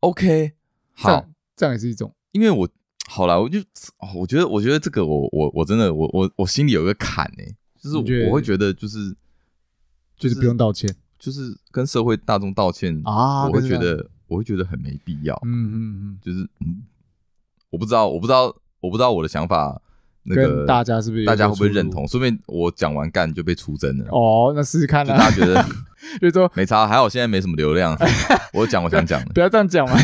Speaker 2: ，OK，
Speaker 1: 这
Speaker 2: 好，
Speaker 1: 样这样也是一种。
Speaker 2: 因为我好了，我就哦，我觉得，我觉得这个我我我真的我我我心里有一个坎哎、就是
Speaker 1: 你觉得
Speaker 2: 我我会觉得就是
Speaker 1: 就是不用道歉
Speaker 2: 就是跟社会大众道歉，
Speaker 1: 啊
Speaker 2: 我会
Speaker 1: 跟
Speaker 2: 觉
Speaker 1: 这
Speaker 2: 得我会觉得很没必要，
Speaker 1: 嗯嗯
Speaker 2: 就是嗯，我不知道我不知道我不知道我的想法那
Speaker 1: 嗯，
Speaker 2: 个
Speaker 1: 跟大家是不是有
Speaker 2: 大家会
Speaker 1: 所
Speaker 2: 不会
Speaker 1: 出
Speaker 2: 认
Speaker 1: 入？
Speaker 2: 同，说不定我讲完干就被出征了，
Speaker 1: 哦，那试试看
Speaker 2: 就
Speaker 1: 啦、
Speaker 2: 大家觉得
Speaker 1: 就是说
Speaker 2: 没差，还好现在没什么流 量，我讲我想讲的
Speaker 1: 不。要这样讲 嘛，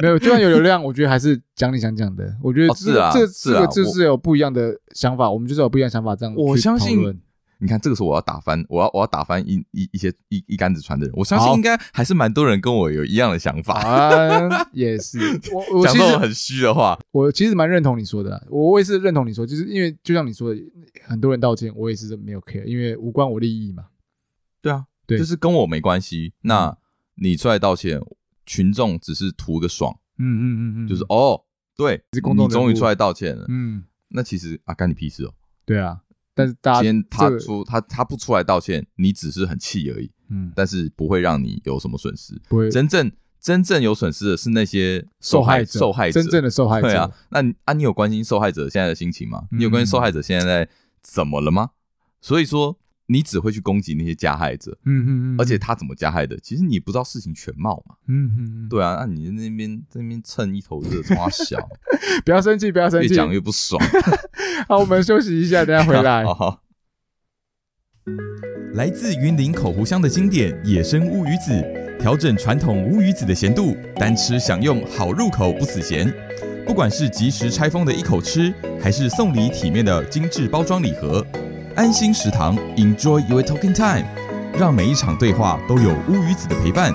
Speaker 1: 没有，就算有流量，我觉得还是讲你想讲的。我觉得
Speaker 2: 哦
Speaker 1: 这
Speaker 2: 是啊
Speaker 1: 这
Speaker 2: 是
Speaker 1: 这
Speaker 2: 啊
Speaker 1: 个就是有不一样的想法，我们就是有不一样的想法，这样
Speaker 2: 我
Speaker 1: 去
Speaker 2: 相信
Speaker 1: 讨论
Speaker 2: 你看，这个时候我要打翻，我要我要打翻一一一些一一竿子船的人，我相信
Speaker 1: 好
Speaker 2: 应该还是蛮多人跟我有一样的想法。
Speaker 1: 啊，也 是我我
Speaker 2: 讲
Speaker 1: 其
Speaker 2: 这种
Speaker 1: 实
Speaker 2: 很虚的话，
Speaker 1: 我其实蛮认同你说的啦，我我也是认同你说，就是因为就像你说的，很多人道歉，我也是没有 care，因为无关我利益嘛。
Speaker 2: 对啊，
Speaker 1: 对嗯
Speaker 2: 就是跟我没关系。那你出来道歉，群众只是图个爽，
Speaker 1: 嗯嗯嗯嗯，
Speaker 2: 就是哦，对，
Speaker 1: 是公众
Speaker 2: 你终于
Speaker 1: 人物
Speaker 2: 出来道歉了。
Speaker 1: 嗯，
Speaker 2: 那其实啊，干你屁事哦！
Speaker 1: 对啊，但是大家
Speaker 2: 今天他
Speaker 1: 这个
Speaker 2: 出他他不出来道歉，你只是很气而已，
Speaker 1: 嗯
Speaker 2: 但是不会让你有什么损失。
Speaker 1: 不会
Speaker 2: 真正真正有损失的是那些
Speaker 1: 受害者，
Speaker 2: 受害者
Speaker 1: 真正的受害者
Speaker 2: 对啊，那你啊，你有关心受害者现在的心情吗？
Speaker 1: 嗯
Speaker 2: 你有关心受害者现在在怎么了吗？所以说，你只会去攻击那些加害者，
Speaker 1: 嗯嗯嗯，
Speaker 2: 而且他怎么加害的，其实你不知道事情全貌嘛。
Speaker 1: 嗯嗯嗯，
Speaker 2: 对啊，那你在那边在那边蹭一头热，冲他笑，
Speaker 1: 不要生气，不要生
Speaker 2: 越
Speaker 1: 气，
Speaker 2: 讲越不爽。
Speaker 1: 好，我们休息一下，等一下回来。
Speaker 2: 好好来自云林口湖乡的经典野生乌鱼子，调整传统乌鱼子的咸度，单吃享用好入口不死咸。不管是即时拆封的一口吃，还是送礼体面的精致包装礼盒，安心食堂 Enjoy Your Talking Time，让每一场对话都有乌鱼子的陪伴，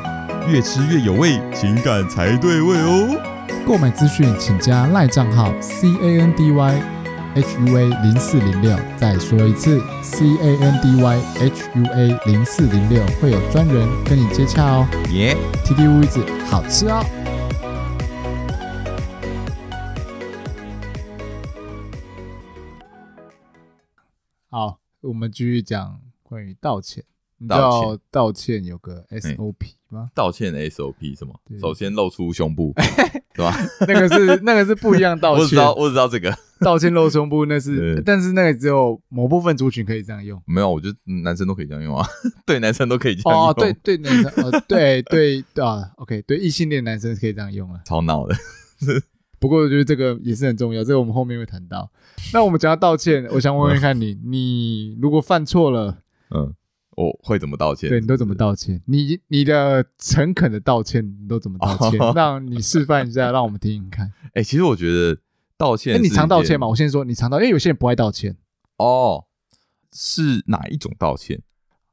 Speaker 2: 越吃越有味，情感才对味哦。
Speaker 1: 购买资讯请加赖账号 c a n d y h u a 零四零六，再说一次 c a n d y h u a 零四零六，会有专人跟你接洽哦。
Speaker 2: 耶、
Speaker 1: T T 屋子好吃哦。好，我们继续讲关于道歉。你知
Speaker 2: 道
Speaker 1: 道道歉有个 S O P 吗？
Speaker 2: 道歉 SOP 什么
Speaker 1: 对
Speaker 2: 首先露出 胸部，对吧？
Speaker 1: 那个是那个是不一样道
Speaker 2: 我只知
Speaker 1: 歉
Speaker 2: 道，。我只知道这个。
Speaker 1: 道歉露胸部那是
Speaker 2: 对，
Speaker 1: 但是那个只有某部分族群可以这样用。
Speaker 2: 没有，我觉得嗯男生都可以这样用啊， 对，男生都可以这样用，
Speaker 1: 哦，对，对，男生，呃，对对对啊，OK，对异性恋男生是可以这样用啊。
Speaker 2: 超闹的。
Speaker 1: 不过我觉得这个也是很重要，这个我们后面会谈到。那我们讲到道歉，我想问问看你，你如果犯错了，
Speaker 2: 嗯，我会怎么道歉？
Speaker 1: 对你都怎么道歉？你你的诚恳的道歉，你都怎么道 歉
Speaker 2: 哦？
Speaker 1: 让你示范一下，让我们听听看。
Speaker 2: 哎、其实我觉得道歉
Speaker 1: 哎，
Speaker 2: 是一
Speaker 1: 你
Speaker 2: 件，
Speaker 1: 常道歉吗？我先说，你常道，因为有些人不爱道歉。
Speaker 2: 哦，是哪一种道歉？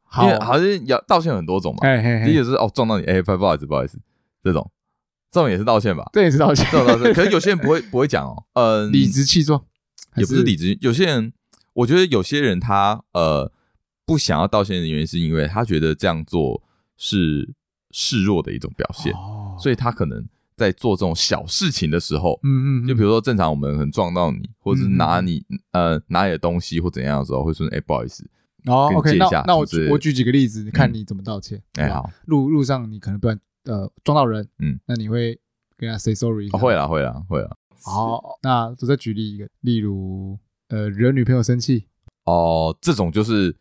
Speaker 1: 好
Speaker 2: 因，为好像要道歉有很多种嘛。
Speaker 1: 哎嘿
Speaker 2: 第一
Speaker 1: 嘿，
Speaker 2: 个是哦撞到你，哎、不好意思，不好意思，这种，这种也是道歉吧？
Speaker 1: 这也是道歉
Speaker 2: 这，种道歉，可是有些 人不会不会讲哦，嗯，
Speaker 1: 理直气壮，还
Speaker 2: 也不是理直，有些人我觉得有些人他呃不想要道歉的原因是因为他觉得这样做是示弱的一种表现。
Speaker 1: 哦
Speaker 2: 所以他可能在做这种小事情的时候，
Speaker 1: 嗯嗯，
Speaker 2: 就比
Speaker 1: 如
Speaker 2: 如说正常我们可能撞到你，或者是
Speaker 1: 嗯嗯
Speaker 2: 拿你呃拿你的东西或怎样的时候，会说哎、不好意思，
Speaker 1: 哦
Speaker 2: 跟
Speaker 1: ，OK，
Speaker 2: 你借一
Speaker 1: 那
Speaker 2: 下
Speaker 1: 那
Speaker 2: 什
Speaker 1: 我
Speaker 2: 么之类
Speaker 1: 举
Speaker 2: 的
Speaker 1: 我举几个例子，你看你怎么道歉。
Speaker 2: 哎、
Speaker 1: 吧
Speaker 2: 好，
Speaker 1: 路路上你可能不然呃撞到人，
Speaker 2: 嗯，
Speaker 1: 那你会跟他 say sorry？
Speaker 2: 哦会啦会啦会啦，
Speaker 1: 好，那我再举例一个，例如呃惹女朋友生气，
Speaker 2: 哦这种就是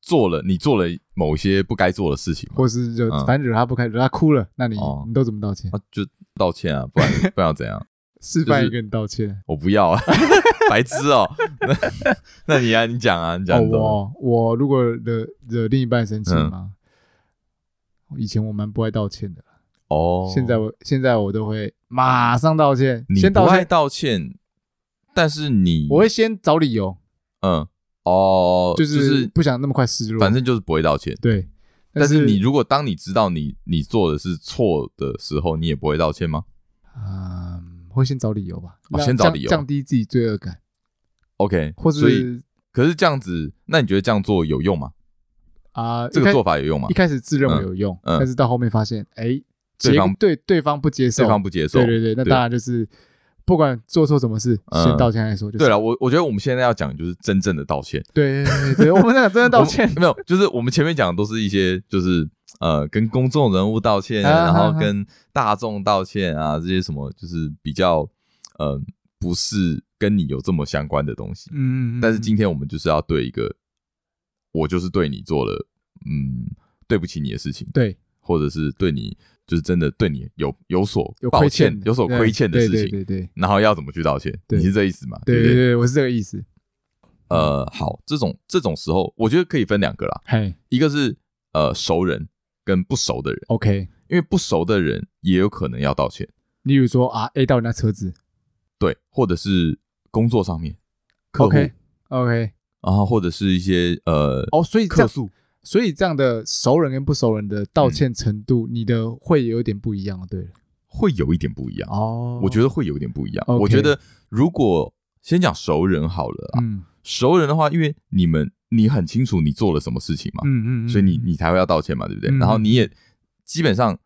Speaker 2: 做了你做了某些不该做的事情嘛，
Speaker 1: 或是惹
Speaker 2: 嗯
Speaker 1: 反正惹他不开，惹他哭了，那你
Speaker 2: 哦
Speaker 1: 你都怎么道歉？
Speaker 2: 啊就道歉啊，不然不然要怎样？
Speaker 1: 示范一个你道歉。
Speaker 2: 我不要啊， 白痴哦， 那那你啊你讲啊你
Speaker 1: 哦，
Speaker 2: 讲你怎么
Speaker 1: 我我如果惹惹另一半生气吗？以前我蛮不爱道歉的，
Speaker 2: 哦
Speaker 1: 现在我现在我都会马上道歉，
Speaker 2: 你
Speaker 1: 先
Speaker 2: 不
Speaker 1: 道
Speaker 2: 爱
Speaker 1: 歉。
Speaker 2: 道歉，但是你
Speaker 1: 我会先找理由，
Speaker 2: 嗯哦，
Speaker 1: 就是不想那么快示弱。
Speaker 2: 反正就是不会道歉。
Speaker 1: 对，
Speaker 2: 但
Speaker 1: 是
Speaker 2: 是你如果当你知道你你做的是错的时候，你也不会道歉吗
Speaker 1: 嗯，会先找理由吧，
Speaker 2: 哦
Speaker 1: 让
Speaker 2: 先找
Speaker 1: 降
Speaker 2: 理由
Speaker 1: 降低自己罪恶感，
Speaker 2: ？OK，
Speaker 1: 或
Speaker 2: 所以
Speaker 1: 是
Speaker 2: 可是这样子，那你觉得这样做有用吗？
Speaker 1: 啊，
Speaker 2: 这
Speaker 1: 一
Speaker 2: 个
Speaker 1: 开
Speaker 2: 做法有用吗
Speaker 1: 一？开始自认为
Speaker 2: 嗯
Speaker 1: 有用，
Speaker 2: 嗯
Speaker 1: 但是到后面发现，哎，
Speaker 2: 对
Speaker 1: 结
Speaker 2: 方
Speaker 1: 对对方不接受，
Speaker 2: 对方不接受。
Speaker 1: 哦对对对，那
Speaker 2: 对
Speaker 1: 当然就是不管做错什么事，
Speaker 2: 嗯
Speaker 1: 先道歉来说，就是
Speaker 2: 对了，我我觉得我们现在要讲的就是真正的道歉。
Speaker 1: 对对对对，我们那个真的道歉
Speaker 2: 我们没有，就是我们前面讲的都是一些就是呃跟公众人物道歉，
Speaker 1: 啊
Speaker 2: 然
Speaker 1: 啊
Speaker 2: 后
Speaker 1: 啊
Speaker 2: 跟大众道歉啊，这些什么就是比较呃不是跟你有这么相关的东西。
Speaker 1: 嗯，嗯，嗯
Speaker 2: 但是今天我们就是要对一个我就是对你做了嗯对不起你的事情，
Speaker 1: 对
Speaker 2: 或者是对你就是真的对你有有所
Speaker 1: 有
Speaker 2: 抱
Speaker 1: 亏
Speaker 2: 歉
Speaker 1: 欠，
Speaker 2: 有所
Speaker 1: 对
Speaker 2: 亏欠的事
Speaker 1: 对
Speaker 2: 情，
Speaker 1: 对对
Speaker 2: 然后要怎么去道歉？
Speaker 1: 对
Speaker 2: 你是这意思吗？
Speaker 1: 对
Speaker 2: 不
Speaker 1: 对对对，我是这个意思。
Speaker 2: 呃，好，这种这种时候，我觉得可以分两个啦，
Speaker 1: 嘿
Speaker 2: 一个是呃熟人跟不熟的人，
Speaker 1: ，OK，
Speaker 2: 因为不熟的人也有可能要道歉，
Speaker 1: 例如说啊，A 到人家车子
Speaker 2: 对，或者是工作上面客户
Speaker 1: ，OK OK，
Speaker 2: 然后或者是一些呃
Speaker 1: 哦，所以这
Speaker 2: 客
Speaker 1: 样，
Speaker 2: 诉，
Speaker 1: 所以这样的熟人跟不熟人的道歉程度，你的会有点不一样，对了
Speaker 2: 会有一点不一样，
Speaker 1: 哦
Speaker 2: 我觉得会有一点不一样。
Speaker 1: OK
Speaker 2: 我觉得如果先讲熟人好了啊，
Speaker 1: 嗯
Speaker 2: 熟人的话，因为你们你很清楚你做了什么事情嘛，
Speaker 1: 嗯嗯嗯，
Speaker 2: 啊所以你你才会要道歉嘛，对不对？
Speaker 1: 嗯
Speaker 2: 然后你也基本上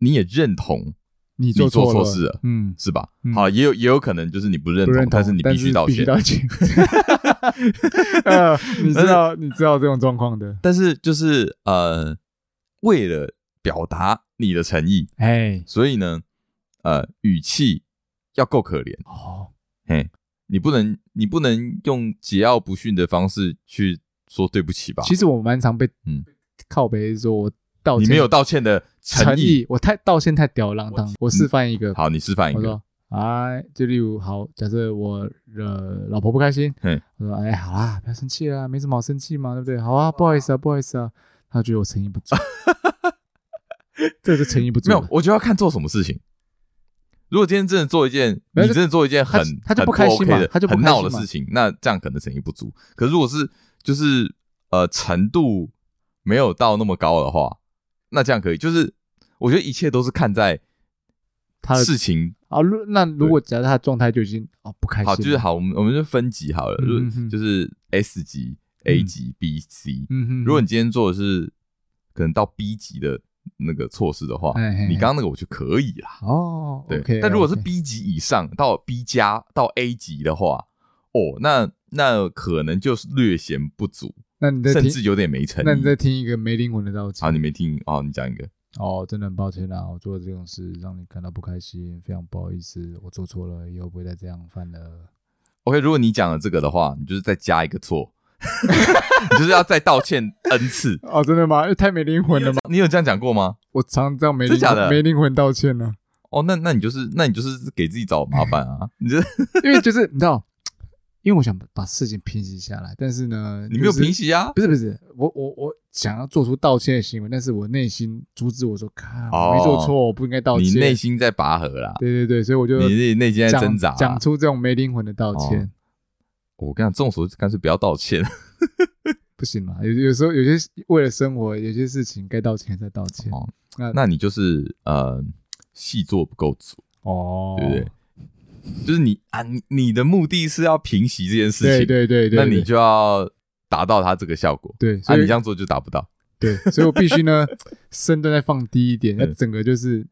Speaker 2: 你也认同
Speaker 1: 你
Speaker 2: 做
Speaker 1: 错
Speaker 2: 错事了
Speaker 1: 嗯，
Speaker 2: 是吧？
Speaker 1: 嗯
Speaker 2: 好，也有也有可能就是你不认
Speaker 1: 不
Speaker 2: 同，
Speaker 1: 认同，
Speaker 2: 但是你必须道
Speaker 1: 必
Speaker 2: 歉
Speaker 1: 须。道歉。 呃，你知 道你知道这种状况的，
Speaker 2: 但是就是呃，为了表达你的诚意，
Speaker 1: 哎，
Speaker 2: 所以呢，呃，语气要够可怜，
Speaker 1: 哦，
Speaker 2: 嘿，你不能你不能用桀骜不驯的方式去说对不起吧？
Speaker 1: 其实我蛮常被
Speaker 2: 啊嗯
Speaker 1: 靠北说我道
Speaker 2: 你
Speaker 1: 歉
Speaker 2: 没有道歉的
Speaker 1: 诚
Speaker 2: 诚意。，
Speaker 1: 我太道歉太吊儿郎当。我示范一个，
Speaker 2: 好，你示范一
Speaker 1: 我
Speaker 2: 个，
Speaker 1: 说，哎，就例如好，假设我呃老婆不开心
Speaker 2: 嘿，
Speaker 1: 我说，哎，好啦，不要生气啦，没什么好生气嘛，对不对？好啊，不好意思啊，不好意思啊，她觉得我诚意不 足，这就诚意不足
Speaker 2: 没
Speaker 1: 了，
Speaker 2: 有，我觉得要看做什么事情。如果今天真的做一件，
Speaker 1: 没
Speaker 2: 你
Speaker 1: 有
Speaker 2: 真的做一件很
Speaker 1: 他他就不开心嘛
Speaker 2: 很 OK 的
Speaker 1: 他就不
Speaker 2: 很
Speaker 1: 开心嘛
Speaker 2: 闹的事情，那这样可能诚意不足。可是如果是就是呃程度没有到那么高的话，那这样可以。就是我觉得一切都是看在
Speaker 1: 他的
Speaker 2: 事情
Speaker 1: 啊，如那如果假设他的状态就已经哦不开心了，
Speaker 2: 好，就是好，我们我们就分级好了，
Speaker 1: 嗯嗯
Speaker 2: 就
Speaker 1: 嗯
Speaker 2: 就是 S 级、A
Speaker 1: 嗯
Speaker 2: 级、B、C。
Speaker 1: 嗯哼，
Speaker 2: 如果你今天做的是可能到 B 级的那个措施的话
Speaker 1: 哎哎，
Speaker 2: 你
Speaker 1: 哎
Speaker 2: 刚刚那个我就可以啦。
Speaker 1: 哦
Speaker 2: 对
Speaker 1: OK，
Speaker 2: 但如果是
Speaker 1: OK
Speaker 2: B 级以上到 B 加到 A 级的话，哦，那那可能就是略显不足，
Speaker 1: 那你再
Speaker 2: 甚
Speaker 1: 听，
Speaker 2: 至有点没诚
Speaker 1: 那你再
Speaker 2: 意。
Speaker 1: 听一个没灵魂的道歉
Speaker 2: 好，你没听哦，你讲一个，
Speaker 1: 哦，真的很抱歉啦、我做这种事让你感到不开心，非常不好意思，我做错了，以后不会再这样犯了。
Speaker 2: OK，如果你讲了这个的话，你就是再加一个错， 你就是要再道歉 n 次。
Speaker 1: 哦，真的吗？太没灵魂了吗？
Speaker 2: 你有这样讲过吗？
Speaker 1: 我常常这样没
Speaker 2: 真
Speaker 1: 灵
Speaker 2: 假的
Speaker 1: 魂没灵魂道歉啊 呢、
Speaker 2: 哦，那那你就是那你就是给自己找麻烦啊！你这
Speaker 1: 因为就是你知道，因为我想把事情平息下来，但是呢，
Speaker 2: 你没有
Speaker 1: 就是
Speaker 2: 平，息啊！
Speaker 1: 不是不是，我我我想要做出道歉的行为，但是我内心阻止我说，看
Speaker 2: 哦
Speaker 1: 我没做错，我不应该道歉。
Speaker 2: 你内心在拔河啦，
Speaker 1: 对对对，所以我就
Speaker 2: 你自己内心在挣
Speaker 1: 讲
Speaker 2: 扎啊。
Speaker 1: 讲出这种没灵魂的道歉。
Speaker 2: 哦我跟你讲，这种时候干脆不要 道歉。
Speaker 1: 不行嘛，有有时候有些为了生活，有些事情该道歉再道歉
Speaker 2: 哦
Speaker 1: 那
Speaker 2: 那你就是呃，戏做不够足。
Speaker 1: 哦，
Speaker 2: 对不对？就是你啊，你你的目的是要平息这件事情，
Speaker 1: 对对对对，
Speaker 2: 那你
Speaker 1: 对
Speaker 2: 就要达到它这个效果。
Speaker 1: 对，
Speaker 2: 啊，
Speaker 1: 所
Speaker 2: 你
Speaker 1: 以
Speaker 2: 这样做就达不到。
Speaker 1: 对，所以我必须呢身段再放低一点，那
Speaker 2: 嗯
Speaker 1: 整个就是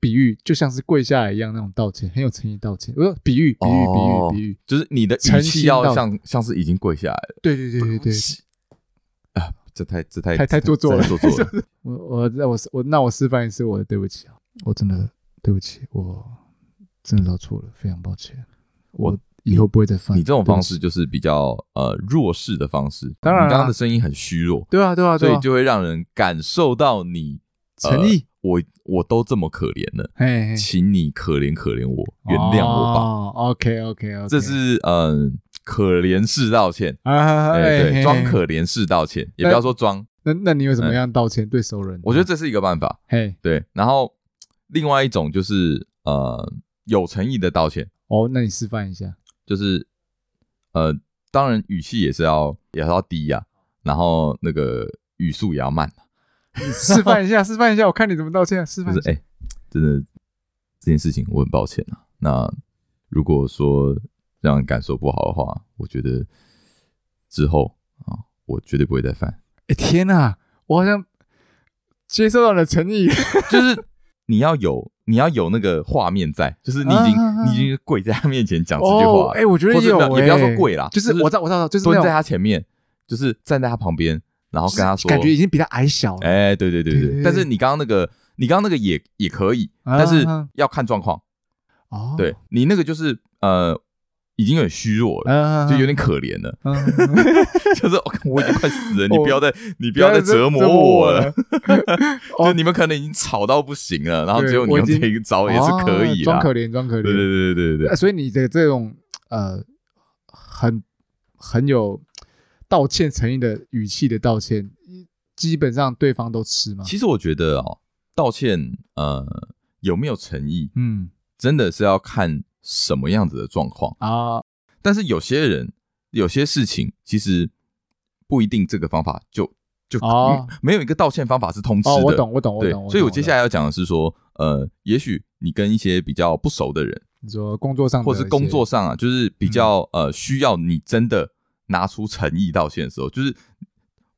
Speaker 1: 比喻，就像是跪下来一样那种道歉，很有诚意道歉。我说比喻，比喻，
Speaker 2: 哦
Speaker 1: 比喻，比喻，
Speaker 2: 就是你的语
Speaker 1: 诚
Speaker 2: 气
Speaker 1: 心
Speaker 2: 要
Speaker 1: 到
Speaker 2: 像像是已经跪下来了。哦
Speaker 1: 对对对对对。
Speaker 2: 是啊，这太这太
Speaker 1: 太太
Speaker 2: 这
Speaker 1: 做作了
Speaker 2: 这太做作了。
Speaker 1: 我我那我我那我示范一次我的对不起啊，我真的对不起，我真的道错了，非常抱歉，我以后不会再犯。
Speaker 2: 你这种
Speaker 1: 对不
Speaker 2: 方
Speaker 1: 起
Speaker 2: 式就是比较呃弱势的方式。
Speaker 1: 当然
Speaker 2: 你刚刚
Speaker 1: 啊
Speaker 2: 的声音很虚弱，
Speaker 1: 对啊对啊
Speaker 2: 所
Speaker 1: 对啊
Speaker 2: 以，就会让人感受到你呃
Speaker 1: 诚意，
Speaker 2: 我我都这么可怜了，
Speaker 1: 哎，嘿
Speaker 2: 呃
Speaker 1: 哦
Speaker 2: 请你可怜可怜我，原谅我吧。
Speaker 1: 吧。OK OK OK，
Speaker 2: 这是嗯、呃可怜式道歉，
Speaker 1: 啊，
Speaker 2: 哎、
Speaker 1: 哎
Speaker 2: 对，
Speaker 1: 嘿嗯
Speaker 2: 装
Speaker 1: 嘿
Speaker 2: 可怜式道歉，也
Speaker 1: 那
Speaker 2: 不要说装，
Speaker 1: 那那你有什么样道歉对熟人？
Speaker 2: 我觉得这是一个办法，
Speaker 1: 嘿，
Speaker 2: 对。然后另外一种就是呃有诚意的道歉，
Speaker 1: 哦，那你示范一下。
Speaker 2: 就是呃，当然语气也是要也是要低呀、然后那个语速也要慢，
Speaker 1: 你示范 一下，示范一下，我看你怎么道歉。示
Speaker 2: 就
Speaker 1: 范
Speaker 2: 是
Speaker 1: 一下
Speaker 2: 哎、真的这件事情我很抱歉啊。那如果说让人感受不好的话，我觉得之后啊，我绝对不会再犯。
Speaker 1: 哎天哪，我好像接受到你的诚意。
Speaker 2: 就是你要有你要有那个画面在，就是你已经、
Speaker 1: 啊
Speaker 2: 你已经跪在他面前讲这句
Speaker 1: 哦
Speaker 2: 话，，
Speaker 1: 哎，我觉得
Speaker 2: 或者
Speaker 1: 有
Speaker 2: 不要，也不要
Speaker 1: 哎
Speaker 2: 说跪啦
Speaker 1: 就是
Speaker 2: 就是
Speaker 1: 我知道，我知道，就是那
Speaker 2: 蹲
Speaker 1: 种
Speaker 2: 在他前面，就是站在他旁边，然后跟他说，
Speaker 1: 感觉已经比他矮小了。
Speaker 2: 哎、对对对
Speaker 1: 哦对对
Speaker 2: 对
Speaker 1: 对，
Speaker 2: 但是你刚刚那个你刚刚那个也也可以，
Speaker 1: 啊
Speaker 2: 但是
Speaker 1: 啊
Speaker 2: 要看状况，
Speaker 1: 哦，
Speaker 2: 对你那个就是呃已经有点虚弱了。
Speaker 1: 嗯，
Speaker 2: 就有点可怜了，
Speaker 1: 嗯，嗯嗯
Speaker 2: 就是我我已经快死 了，你
Speaker 1: 哦
Speaker 2: 不要再你不要再折磨我
Speaker 1: 我
Speaker 2: 了。。
Speaker 1: 哦
Speaker 2: 就你们可能已经吵到不行了，然后
Speaker 1: 对
Speaker 2: 只有你
Speaker 1: 我已
Speaker 2: 用这
Speaker 1: 经
Speaker 2: 一招哦也是可以
Speaker 1: 啊装。
Speaker 2: 啦
Speaker 1: 可怜，装可
Speaker 2: 对对
Speaker 1: 怜。
Speaker 2: 对对对对
Speaker 1: 呃，所以你的这种呃，很很有道歉诚意的语气的道歉，基本上对方都吃吗？
Speaker 2: 其实我觉得哦，道歉呃有没有诚意，
Speaker 1: 嗯
Speaker 2: 真的是要看什么样子的状况。
Speaker 1: 啊，
Speaker 2: 但是有些人有些事情其实不一定这个方法就就、
Speaker 1: 哦
Speaker 2: 没有一个道歉方法是通吃的。
Speaker 1: 哦，我懂，我懂，我
Speaker 2: 对
Speaker 1: 懂。，
Speaker 2: 所以我接下
Speaker 1: 来
Speaker 2: 来要讲的是说，呃，也许你跟一些比较不熟的人，
Speaker 1: 你说工作上的
Speaker 2: 或者
Speaker 1: 一
Speaker 2: 是
Speaker 1: 些嗯
Speaker 2: 工作上啊，就是比较、呃需要你真的拿出诚意道歉的时候，就是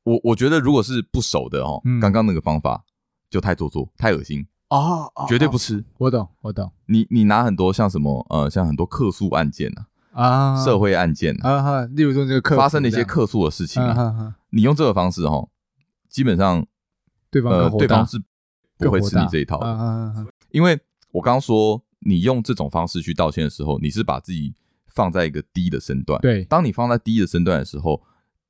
Speaker 2: 我我觉得如果是不熟的哦，
Speaker 1: 嗯
Speaker 2: 刚刚那个方法就太做作、太恶心，
Speaker 1: 哦，哦
Speaker 2: 绝对不，
Speaker 1: 哦
Speaker 2: 吃。
Speaker 1: 我懂，我懂
Speaker 2: 你你拿很多像什么呃，像很多客诉案件啊、
Speaker 1: 啊，
Speaker 2: 社会案件啊，
Speaker 1: 啊哈，例如说这个客服
Speaker 2: 发生了一
Speaker 1: 这
Speaker 2: 些
Speaker 1: 样
Speaker 2: 客诉的事情
Speaker 1: 啊
Speaker 2: 啊，
Speaker 1: 哈哈，
Speaker 2: 你用这个方式哦，基本上
Speaker 1: 对方
Speaker 2: 呃
Speaker 1: 更火
Speaker 2: 对
Speaker 1: 大
Speaker 2: 方是不会吃你这一套
Speaker 1: 啊
Speaker 2: 的，
Speaker 1: 啊啊啊
Speaker 2: 因为我刚刚说你用这种方式去道歉的时候，你是把自己放在一个低的身段，
Speaker 1: 对
Speaker 2: 当你放在低的身段的时候，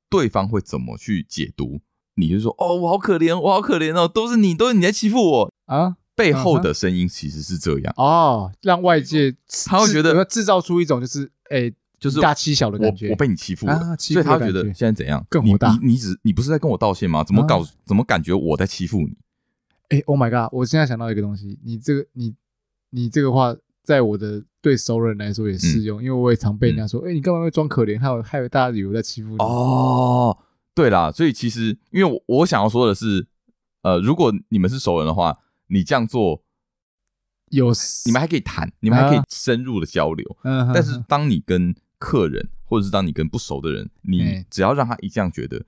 Speaker 2: 对方会怎么去解读？你就说哦，我好可怜，我好可怜哦，都是你，都是你在欺负我。
Speaker 1: 啊
Speaker 2: 背后
Speaker 1: 嗯
Speaker 2: 的声音其实是这样，
Speaker 1: 哦，让外界
Speaker 2: 他会
Speaker 1: 制
Speaker 2: 觉得
Speaker 1: 有没有制造出一种就是哎，
Speaker 2: 就是
Speaker 1: 以大欺小的感觉，
Speaker 2: 我我被你欺负了，
Speaker 1: 啊欺
Speaker 2: 所
Speaker 1: 负
Speaker 2: 以
Speaker 1: 的
Speaker 2: 他会觉得
Speaker 1: 感觉
Speaker 2: 现在怎样？
Speaker 1: 更
Speaker 2: 你
Speaker 1: 火大啊
Speaker 2: 你你只你不是在跟我道歉吗？怎么搞？怎么感觉我在欺负你？
Speaker 1: 哎，Oh my god！我现在想到一个东西，你这个你你这个话，在我的对熟人来说也
Speaker 2: 嗯
Speaker 1: 适用，因为我也常被人家说，哎，你干嘛会装可怜？害我害大家以为我在欺负你。
Speaker 2: 哦，对啦，所以其实因为我我想要说的是，呃，如果你们是熟人的话，你这样做，
Speaker 1: 有
Speaker 2: 你们还可以谈，你们还可以深入的交流。
Speaker 1: 嗯哼，
Speaker 2: 但是当你跟客人，或者是当你跟不熟的人，你
Speaker 1: 哎
Speaker 2: 只要让他一这样觉得，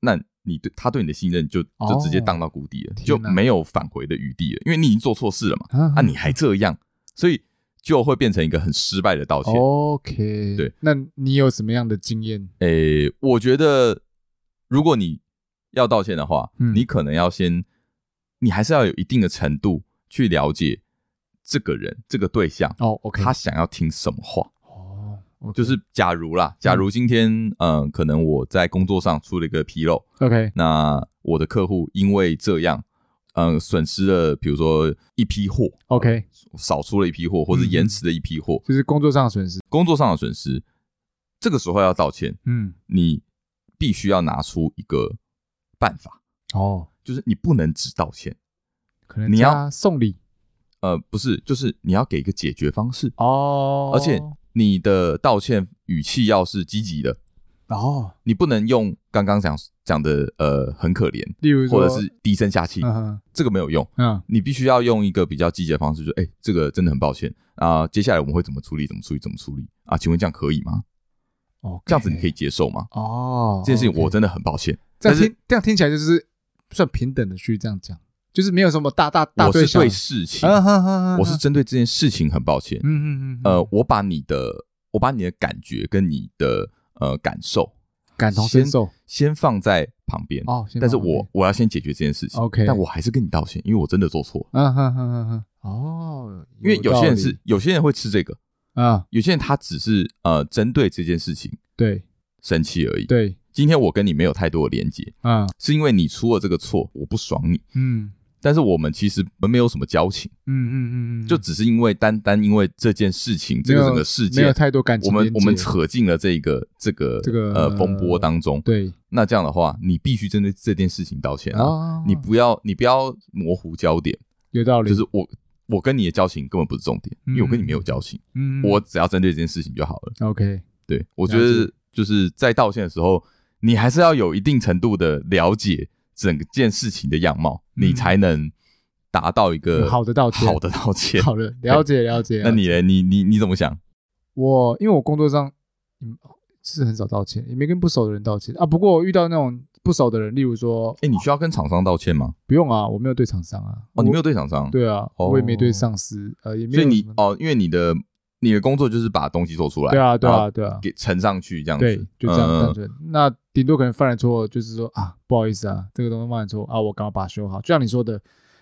Speaker 2: 那你对他对你的信任就就直接荡到谷底了，
Speaker 1: 天
Speaker 2: 就
Speaker 1: 哪
Speaker 2: 没有返回的余地了，因为你已经做错事了嘛。
Speaker 1: 啊
Speaker 2: 啊，你还这样，所以就会变成一个很失败的道歉。
Speaker 1: OK
Speaker 2: 对，
Speaker 1: 那你有什么样的经验？
Speaker 2: 诶、我觉得如果你要道歉的话，
Speaker 1: 嗯
Speaker 2: 你可能要先，你还是要有一定的程度去了解这个人、这个对象，
Speaker 1: 哦，OK，
Speaker 2: 他想要听什么话。
Speaker 1: 哦，OK，
Speaker 2: 就是假如啦，假如今天，嗯、可能我在工作上出了一个纰漏，
Speaker 1: OK，
Speaker 2: 那我的客户因为这样，嗯、损失了，比如说一批货
Speaker 1: OK，
Speaker 2: 少出了一批货，或者
Speaker 1: 嗯
Speaker 2: 延迟了一批货，
Speaker 1: 就是工作上的损失。
Speaker 2: 工作上的损失，这个时候要道歉，
Speaker 1: 嗯，
Speaker 2: 你必须要拿出一个办法，
Speaker 1: 哦，
Speaker 2: 就是你不能只道歉，
Speaker 1: 可能
Speaker 2: 你要
Speaker 1: 加送礼
Speaker 2: 呃，不是，就是你要给一个解决方式，
Speaker 1: 哦，
Speaker 2: 而且你的道歉语气要是积极的，
Speaker 1: 哦，
Speaker 2: 你不能用刚刚讲讲的呃很可怜，
Speaker 1: 例如说
Speaker 2: 或者是低声下气，
Speaker 1: 嗯哼
Speaker 2: 这个没有用，
Speaker 1: 嗯
Speaker 2: 你必须要用一个比较积极的方式，就哎、这个真的很抱歉啊、接下来我们会怎么处理，怎么处理，怎么处理啊？请问这样可以吗？
Speaker 1: 哦，
Speaker 2: 这样子你可
Speaker 1: 以
Speaker 2: 以接受 吗？
Speaker 1: 哦，
Speaker 2: 这件事情
Speaker 1: OK
Speaker 2: 我真的很抱歉。
Speaker 1: 这
Speaker 2: 但
Speaker 1: 样
Speaker 2: 是
Speaker 1: 听这样听起来就是算平等的去这样讲，就是没有什么大大大
Speaker 2: 我是
Speaker 1: 小
Speaker 2: 对，事情，
Speaker 1: 嗯哼哼，
Speaker 2: 我是针对这件事情很抱歉。
Speaker 1: 嗯嗯嗯，
Speaker 2: 呃，我把你的，我把你的感觉跟你的呃感受
Speaker 1: 感同身受
Speaker 2: 先放在旁边，
Speaker 1: 哦，先
Speaker 2: 但是
Speaker 1: 放旁边
Speaker 2: 我我要先解决这件事情。
Speaker 1: OK
Speaker 2: 但我还是跟你道歉，因为我真的做错了。
Speaker 1: 嗯哼哼哼哼，哦，
Speaker 2: 因为有些人
Speaker 1: 道
Speaker 2: 是
Speaker 1: 理
Speaker 2: 有些人会吃这个，
Speaker 1: 啊，
Speaker 2: 有些人他只是呃针对这件事情
Speaker 1: 对
Speaker 2: 生气而已。，
Speaker 1: 对，
Speaker 2: 今天我跟你没有太多的连接，
Speaker 1: 啊，
Speaker 2: 是因为你出了这个错，我不爽你。
Speaker 1: 嗯
Speaker 2: 但是我们其实没有什么交情，
Speaker 1: 嗯嗯嗯嗯，
Speaker 2: 就只是因为单单因为这件事情，这个
Speaker 1: 没有
Speaker 2: 整个事
Speaker 1: 没有
Speaker 2: 件，
Speaker 1: 太多感情
Speaker 2: 我们
Speaker 1: 连接
Speaker 2: 我们扯进了这个这个
Speaker 1: 这个
Speaker 2: 呃风波当中。
Speaker 1: 对
Speaker 2: 那这样的话，你必须针对这件事情道歉啊！
Speaker 1: 啊，
Speaker 2: 你不要你不要模糊焦点，
Speaker 1: 有道理，
Speaker 2: 就是我我跟你的交情根本不是重点，因为我跟你没有交情，
Speaker 1: 嗯，
Speaker 2: 我只要针对这件事情就好了。
Speaker 1: OK，
Speaker 2: 对，我觉
Speaker 1: 了
Speaker 2: 得就是在道歉的时候，你还是要有一定程度的了解整件事情的样貌，
Speaker 1: 嗯
Speaker 2: 你才能达到一个
Speaker 1: 好的道歉，
Speaker 2: 好的道歉。
Speaker 1: 好的，了解了解。
Speaker 2: 那你嘞，你你你怎么想？
Speaker 1: 我因为我工作上嗯是很少道歉，也没跟不熟的人道歉啊。不过我遇到那种不熟的人，例如说
Speaker 2: 哎，你需要跟厂商道歉吗？
Speaker 1: 不用啊，我没有对厂商啊，
Speaker 2: 哦，你没
Speaker 1: 有
Speaker 2: 有对厂商，，
Speaker 1: 对啊，
Speaker 2: 哦
Speaker 1: 我也没对上司，呃，也没
Speaker 2: 所以
Speaker 1: 有
Speaker 2: 你
Speaker 1: 什么
Speaker 2: 哦，因为你的你的工作就是把东西做出来，
Speaker 1: 对啊对
Speaker 2: 然后
Speaker 1: 啊对啊，
Speaker 2: 给呈上去这样子，
Speaker 1: 对，就这样
Speaker 2: 嗯
Speaker 1: 单纯。那顶多可能犯了错，就是说啊，不好意思啊，这个东西犯了错啊，我赶快把它修好，就像你说的，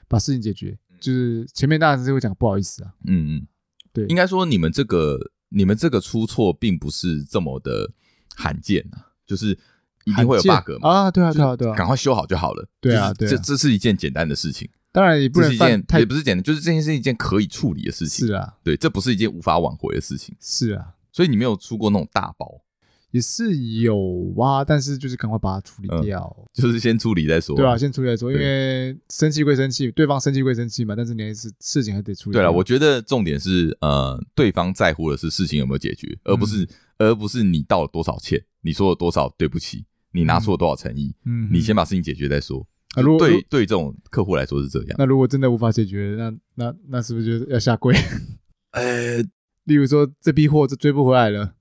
Speaker 1: 把事情解决。就是前面当然是会讲不好意思啊，
Speaker 2: 嗯嗯，
Speaker 1: 对
Speaker 2: 应该说你们这个你们这个出错并不是这么的罕见啊，就是一定会有
Speaker 1: 罕见
Speaker 2: bug 嘛，
Speaker 1: 啊，对啊
Speaker 2: 就是
Speaker 1: 对啊对啊，
Speaker 2: 赶快修好就好了。
Speaker 1: 对啊
Speaker 2: 就是
Speaker 1: 对
Speaker 2: 这
Speaker 1: 啊
Speaker 2: 这是一件简单的事情，
Speaker 1: 当然也不
Speaker 2: 这是
Speaker 1: 能
Speaker 2: 一
Speaker 1: 犯
Speaker 2: 件
Speaker 1: 太
Speaker 2: 也不是简单，就是这件是一件可以处理的事情。
Speaker 1: 是啊
Speaker 2: 对，这不是一件无法挽回的事情，
Speaker 1: 是啊，
Speaker 2: 所以你没有出过那种大包，
Speaker 1: 也是有啊，但是就是赶快把它处理
Speaker 2: 嗯
Speaker 1: 掉。
Speaker 2: 就是先处理再说。
Speaker 1: 对啊，，先处理来说，因为生气归生气，对方生气归生气嘛，但是你还是事情还得处理
Speaker 2: 对
Speaker 1: 掉。
Speaker 2: 了，我觉得重点是呃，对方在乎的是事情有没有解决，而不
Speaker 1: 嗯
Speaker 2: 是、而不是你道了多少歉，你说了多少对不起，你拿出了多少诚意，
Speaker 1: 嗯，
Speaker 2: 你先把事情解决再说。
Speaker 1: 啊如果
Speaker 2: 对
Speaker 1: 如
Speaker 2: 对，这种客户来说是这样。
Speaker 1: 那如果真的无法解决，那那那是不是就是要下跪？
Speaker 2: 呃，
Speaker 1: 例如说这批货就追不回来了，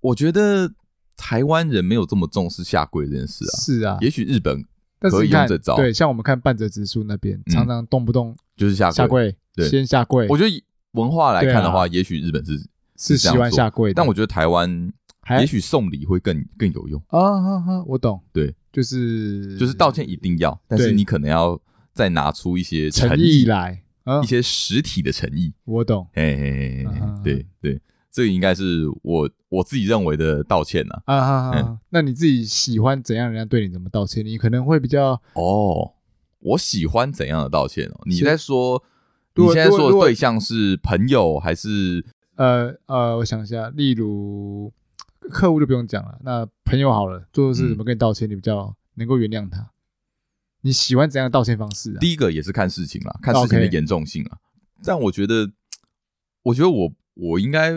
Speaker 2: 我觉得台湾人没有这么重视下跪这件事啊，
Speaker 1: 是啊，
Speaker 2: 也许日本
Speaker 1: 但是
Speaker 2: 可以
Speaker 1: 你看
Speaker 2: 用这招
Speaker 1: 对，像我们看半泽直树那边，常常动不动
Speaker 2: 就是下跪。
Speaker 1: 下跪，
Speaker 2: 对
Speaker 1: 先下跪，
Speaker 2: 我觉得文化来
Speaker 1: 对啊
Speaker 2: 看的话，也许日本是，
Speaker 1: 是
Speaker 2: 是这
Speaker 1: 喜
Speaker 2: 样
Speaker 1: 欢
Speaker 2: 做
Speaker 1: 下跪的，
Speaker 2: 但我觉得台湾
Speaker 1: 还
Speaker 2: 也许送礼会更更有用，
Speaker 1: 啊啊啊，我懂，
Speaker 2: 对，
Speaker 1: 就是
Speaker 2: 就是道歉一定要，但是
Speaker 1: 对
Speaker 2: 你可能要再拿出一些
Speaker 1: 诚意
Speaker 2: 意，
Speaker 1: 来，啊
Speaker 2: 一，些实体的诚意。
Speaker 1: 我懂
Speaker 2: 嘿嘿嘿嘿嘿
Speaker 1: 嗯
Speaker 2: 对对，这个应该是我我自己认为的道歉呐。
Speaker 1: 啊啊啊
Speaker 2: 嗯
Speaker 1: 啊，那你自己喜欢怎样人家对你怎么道歉？你可能会比较
Speaker 2: 哦，我喜欢怎样的道歉哦？你
Speaker 1: 是
Speaker 2: 在说
Speaker 1: 如
Speaker 2: 你
Speaker 1: 果
Speaker 2: 现在
Speaker 1: 如果
Speaker 2: 说
Speaker 1: 如
Speaker 2: 的
Speaker 1: 果
Speaker 2: 对象是朋友还是
Speaker 1: 呃呃，我想一下，例如客户就不用讲了，那朋友好了，做
Speaker 2: 嗯
Speaker 1: 事怎么跟你道歉，你比较能够原谅他？你喜欢怎样的道歉方式啊？
Speaker 2: 第一个也是看事情啦，看事情的
Speaker 1: OK
Speaker 2: 严重性啦。但我觉得，我觉得我我应该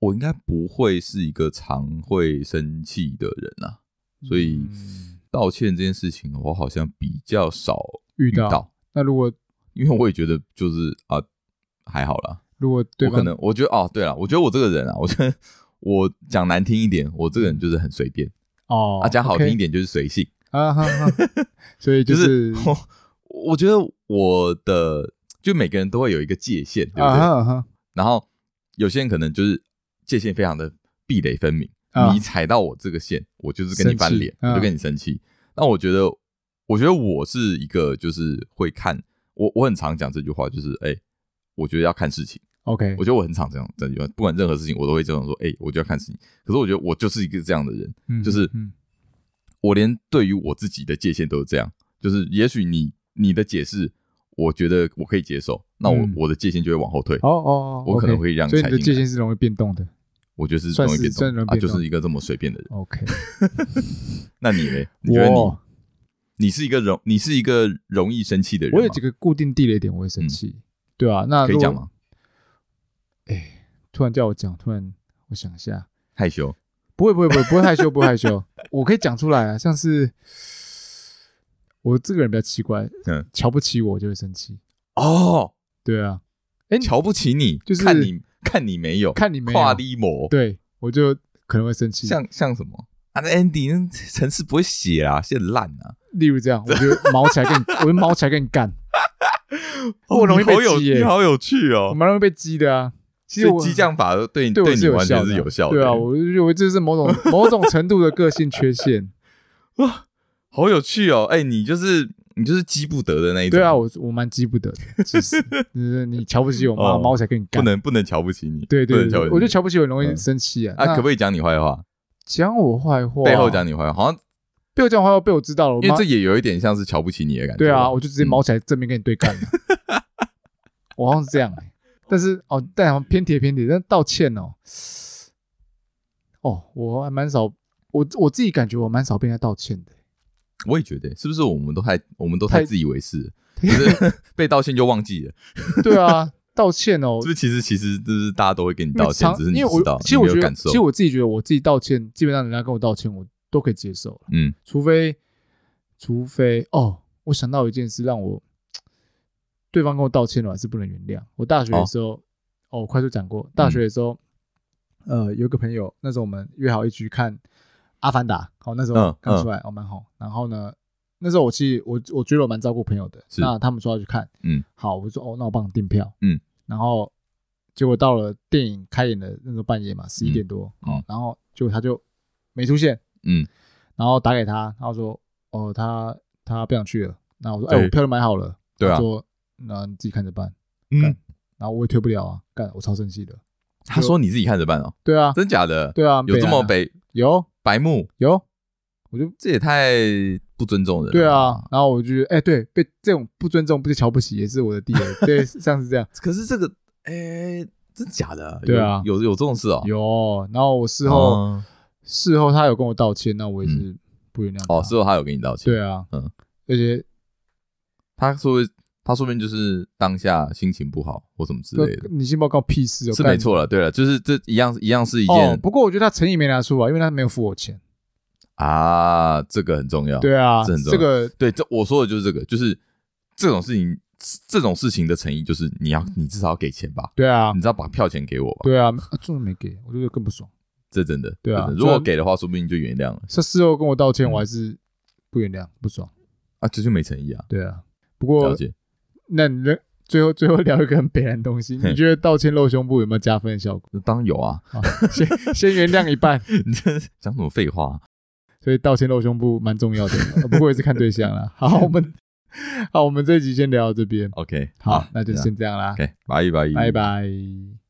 Speaker 2: 我应该不会是一个常会生气的人啊，所以
Speaker 1: 嗯
Speaker 2: 道歉这件事情我好像比较少
Speaker 1: 遇
Speaker 2: 遇
Speaker 1: 到
Speaker 2: 到，
Speaker 1: 那如果
Speaker 2: 因为我也觉得就是啊还好啦，
Speaker 1: 如果对
Speaker 2: 我可
Speaker 1: 方
Speaker 2: 能我觉得哦对了，我觉得我这个人啊，我觉得我讲难听一点，我这个人就是很随便
Speaker 1: 哦，
Speaker 2: 啊，讲好听一
Speaker 1: OK
Speaker 2: 点就是随性。
Speaker 1: 啊，哈哈 所以就
Speaker 2: 就是
Speaker 1: 是
Speaker 2: 我我觉得我的就每个人都会有一个界限，对不对？
Speaker 1: 啊哈啊哈，
Speaker 2: 然后有些人可能就是界限非常的壁垒分明，
Speaker 1: 啊
Speaker 2: 你踩到我这个线，我就是跟你翻
Speaker 1: 生，
Speaker 2: 脸
Speaker 1: 气啊
Speaker 2: 我就跟你生气。那我觉得，我觉得我是一个就是会看我，我很常讲这句话，就是哎、我觉得要看事情。
Speaker 1: OK，
Speaker 2: 我觉得我很常这样这句话，不管任何事情，我都会这样说，哎、我就要看事情。可是我觉得我就是一个这样的人，
Speaker 1: 嗯
Speaker 2: 就是
Speaker 1: 嗯
Speaker 2: 我连对于我自己的界限都是这样，就是也许你你的解释，我觉得我可以接受，那我、
Speaker 1: 嗯
Speaker 2: 我的界限就会往后退，
Speaker 1: 哦哦，
Speaker 2: 我可能
Speaker 1: OK
Speaker 2: 会让
Speaker 1: 所
Speaker 2: 你
Speaker 1: 以你
Speaker 2: 踩
Speaker 1: 的界
Speaker 2: 进来。
Speaker 1: 限是容易变动的。
Speaker 2: 我觉得是
Speaker 1: 算
Speaker 2: 容易
Speaker 1: 是
Speaker 2: 变
Speaker 1: 算容易
Speaker 2: 动啊，
Speaker 1: 变
Speaker 2: 就
Speaker 1: 动
Speaker 2: 是一个这么随便的人。
Speaker 1: OK，
Speaker 2: 那你嘞？ 你觉得
Speaker 1: 我
Speaker 2: 你你是一个容你是一个容易生气的人吗？
Speaker 1: 我有几个固定地雷点我会生
Speaker 2: 嗯
Speaker 1: 气，对啊，那
Speaker 2: 可以
Speaker 1: 如果
Speaker 2: 讲吗？
Speaker 1: 突然叫我讲，突然我想一下，
Speaker 2: 害羞
Speaker 1: 不会不会不会不会害羞不会害 羞，我可以讲出来啊，像是我这个人比较奇怪，
Speaker 2: 嗯
Speaker 1: 瞧不起我就会生气，
Speaker 2: 哦，
Speaker 1: 对啊，
Speaker 2: 瞧不起你，
Speaker 1: 就是
Speaker 2: 看你看你没有，
Speaker 1: 看你没有
Speaker 2: 跨立模，
Speaker 1: 对我就可能会生气，
Speaker 2: 像像什么啊？那 Andy 那城市不会写啊，写得烂啊，
Speaker 1: 例如这 样，我就毛起来跟你，我就毛起来跟你干，
Speaker 2: 哦
Speaker 1: 我容易
Speaker 2: 你好
Speaker 1: 被
Speaker 2: 有
Speaker 1: 激耶
Speaker 2: 你好有趣哦，
Speaker 1: 我蛮容易被激的啊。其实
Speaker 2: 所以
Speaker 1: 我
Speaker 2: 激将法对你
Speaker 1: 对我
Speaker 2: 你
Speaker 1: 有
Speaker 2: 完
Speaker 1: 效
Speaker 2: 全
Speaker 1: 的
Speaker 2: 是
Speaker 1: 啊
Speaker 2: 有效的，
Speaker 1: 对啊，我就认为这是某 种某种程度的个性缺陷。
Speaker 2: 好有趣哦，哎，你就是你就是激不得的那一种，
Speaker 1: 对啊，我我蛮激不得的，其 实就是你瞧不起我，毛
Speaker 2: 哦
Speaker 1: 毛起来跟你
Speaker 2: 不
Speaker 1: 干。
Speaker 2: 能不能瞧不起你，
Speaker 1: 对
Speaker 2: 不
Speaker 1: 对
Speaker 2: 能瞧不
Speaker 1: 对，
Speaker 2: 起你
Speaker 1: 我就瞧不起我，容易
Speaker 2: 嗯
Speaker 1: 生气啊。
Speaker 2: 啊，可不
Speaker 1: 以
Speaker 2: 可以讲你坏话？
Speaker 1: 讲我坏话？
Speaker 2: 背后讲你坏话，好像
Speaker 1: 被我讲坏话被我知道了，我
Speaker 2: 因为
Speaker 1: 妈
Speaker 2: 这也有一点像是瞧不起你的感觉，
Speaker 1: 对啊，，我就直接
Speaker 2: 嗯
Speaker 1: 毛起来正面跟你对 干了。我好像是这样欸，但是哦，但好像偏题偏题，但道歉哦，哦，我还蛮少，我我自己感觉我蛮少被人家道歉的，
Speaker 2: 我也觉得，是不是我们都太我们都太
Speaker 1: 太
Speaker 2: 自以为是了？就是被道歉就忘记了，
Speaker 1: 对啊，道歉哦
Speaker 2: 就，是其实其实就是大家都会跟你
Speaker 1: 因为
Speaker 2: 道歉，
Speaker 1: 常
Speaker 2: 只是你
Speaker 1: 因为
Speaker 2: 不知道
Speaker 1: 我，其实
Speaker 2: 你
Speaker 1: 我
Speaker 2: 没有
Speaker 1: 觉得，
Speaker 2: 感受
Speaker 1: 其实我自己觉得我自己道歉，基本上人家跟我道歉，我都可以接受了，
Speaker 2: 嗯
Speaker 1: 除非除非哦，我想到一件事，让我对方跟我道歉了，我还是不能原谅。我大学的时候，哦，我快速讲过，
Speaker 2: 嗯
Speaker 1: 大学的时候，呃，有个朋友，那时候我们约好一起去看《阿凡达》，好，那时候
Speaker 2: 嗯
Speaker 1: 刚出来，哦，蛮红。然后呢，那时候我其实我我觉得我蛮照顾朋友的，
Speaker 2: 是
Speaker 1: 那他们说要去看，
Speaker 2: 嗯，
Speaker 1: 好，我就说哦，那我帮你订票，
Speaker 2: 嗯，
Speaker 1: 然后结果到了电影开演的那时候半夜嘛，十一点多，
Speaker 2: 嗯
Speaker 1: 哦，然后结果他就没出现，
Speaker 2: 嗯，
Speaker 1: 然后打给他，他说哦，他他不想去了。那我说，哎、
Speaker 2: 对
Speaker 1: 我票都买好了。
Speaker 2: 对啊
Speaker 1: 他说那你自己看着办。
Speaker 2: 嗯，
Speaker 1: 然后我也推不了啊，干，我超生气的。
Speaker 2: 他说你自己看着办哦，
Speaker 1: 对啊，
Speaker 2: 真假的？
Speaker 1: 对啊，
Speaker 2: 有这么
Speaker 1: 北南啊
Speaker 2: 北
Speaker 1: 有
Speaker 2: 白目，
Speaker 1: 有，我就
Speaker 2: 这也太不尊重人了。
Speaker 1: 对啊，，然后我就觉得，哎、对，被这种不尊重、不是瞧不起，也是我的 地雷。对，像是这样。
Speaker 2: 可是这个，哎，真假的？
Speaker 1: 对啊
Speaker 2: 有有有这种事哦。
Speaker 1: 有，然后我事后、
Speaker 2: 哦
Speaker 1: 事后他有跟我道歉，那我也是不原谅他。
Speaker 2: 哦，事后他有跟你道
Speaker 1: 啊
Speaker 2: 歉。
Speaker 1: 对啊，
Speaker 2: 嗯，
Speaker 1: 而且
Speaker 2: 他说他说不定就是当下心情不好或什么之类的，
Speaker 1: 你信报告屁事哦，
Speaker 2: 是
Speaker 1: 干
Speaker 2: 没错了。对了，就是这一样一样是一
Speaker 1: 哦
Speaker 2: 件。
Speaker 1: 不过我觉得他诚意没拿出来，因为他没有付我钱。
Speaker 2: 啊，这个很重要。
Speaker 1: 对啊，
Speaker 2: 这很重
Speaker 1: 这
Speaker 2: 要
Speaker 1: 个
Speaker 2: 对，这我说的就是这个，就是这种事情，这种事情的诚意就是你要你至少要给钱吧，
Speaker 1: 对啊
Speaker 2: 你，至少把票钱给我吧，
Speaker 1: 对啊，啊就是没给，我就觉得更不爽。
Speaker 2: 这真的。
Speaker 1: 对啊
Speaker 2: 这真的
Speaker 1: 虽
Speaker 2: 如
Speaker 1: 然
Speaker 2: 果给的话，说不定就原谅了
Speaker 1: 他事后跟我道歉，
Speaker 2: 嗯
Speaker 1: 我还是不原谅，不爽。
Speaker 2: 啊，这就没诚意啊。
Speaker 1: 对啊，不
Speaker 2: 了
Speaker 1: 过
Speaker 2: 解。
Speaker 1: 那你的最后最后聊一个很北然的东西，
Speaker 2: 嘿
Speaker 1: 你觉得道歉露胸部有没有加分的效果？
Speaker 2: 那当然有啊，
Speaker 1: 啊、先先原谅一半，
Speaker 2: 你这讲什么废话啊、
Speaker 1: 所以道歉露胸部蛮重要的，呃不过也是看对象啦。 好，我们好，我们这一集先聊到这边。
Speaker 2: ？OK，
Speaker 1: 好，那就
Speaker 2: 这样
Speaker 1: 先这样啦，
Speaker 2: OK，拜拜，
Speaker 1: 拜拜。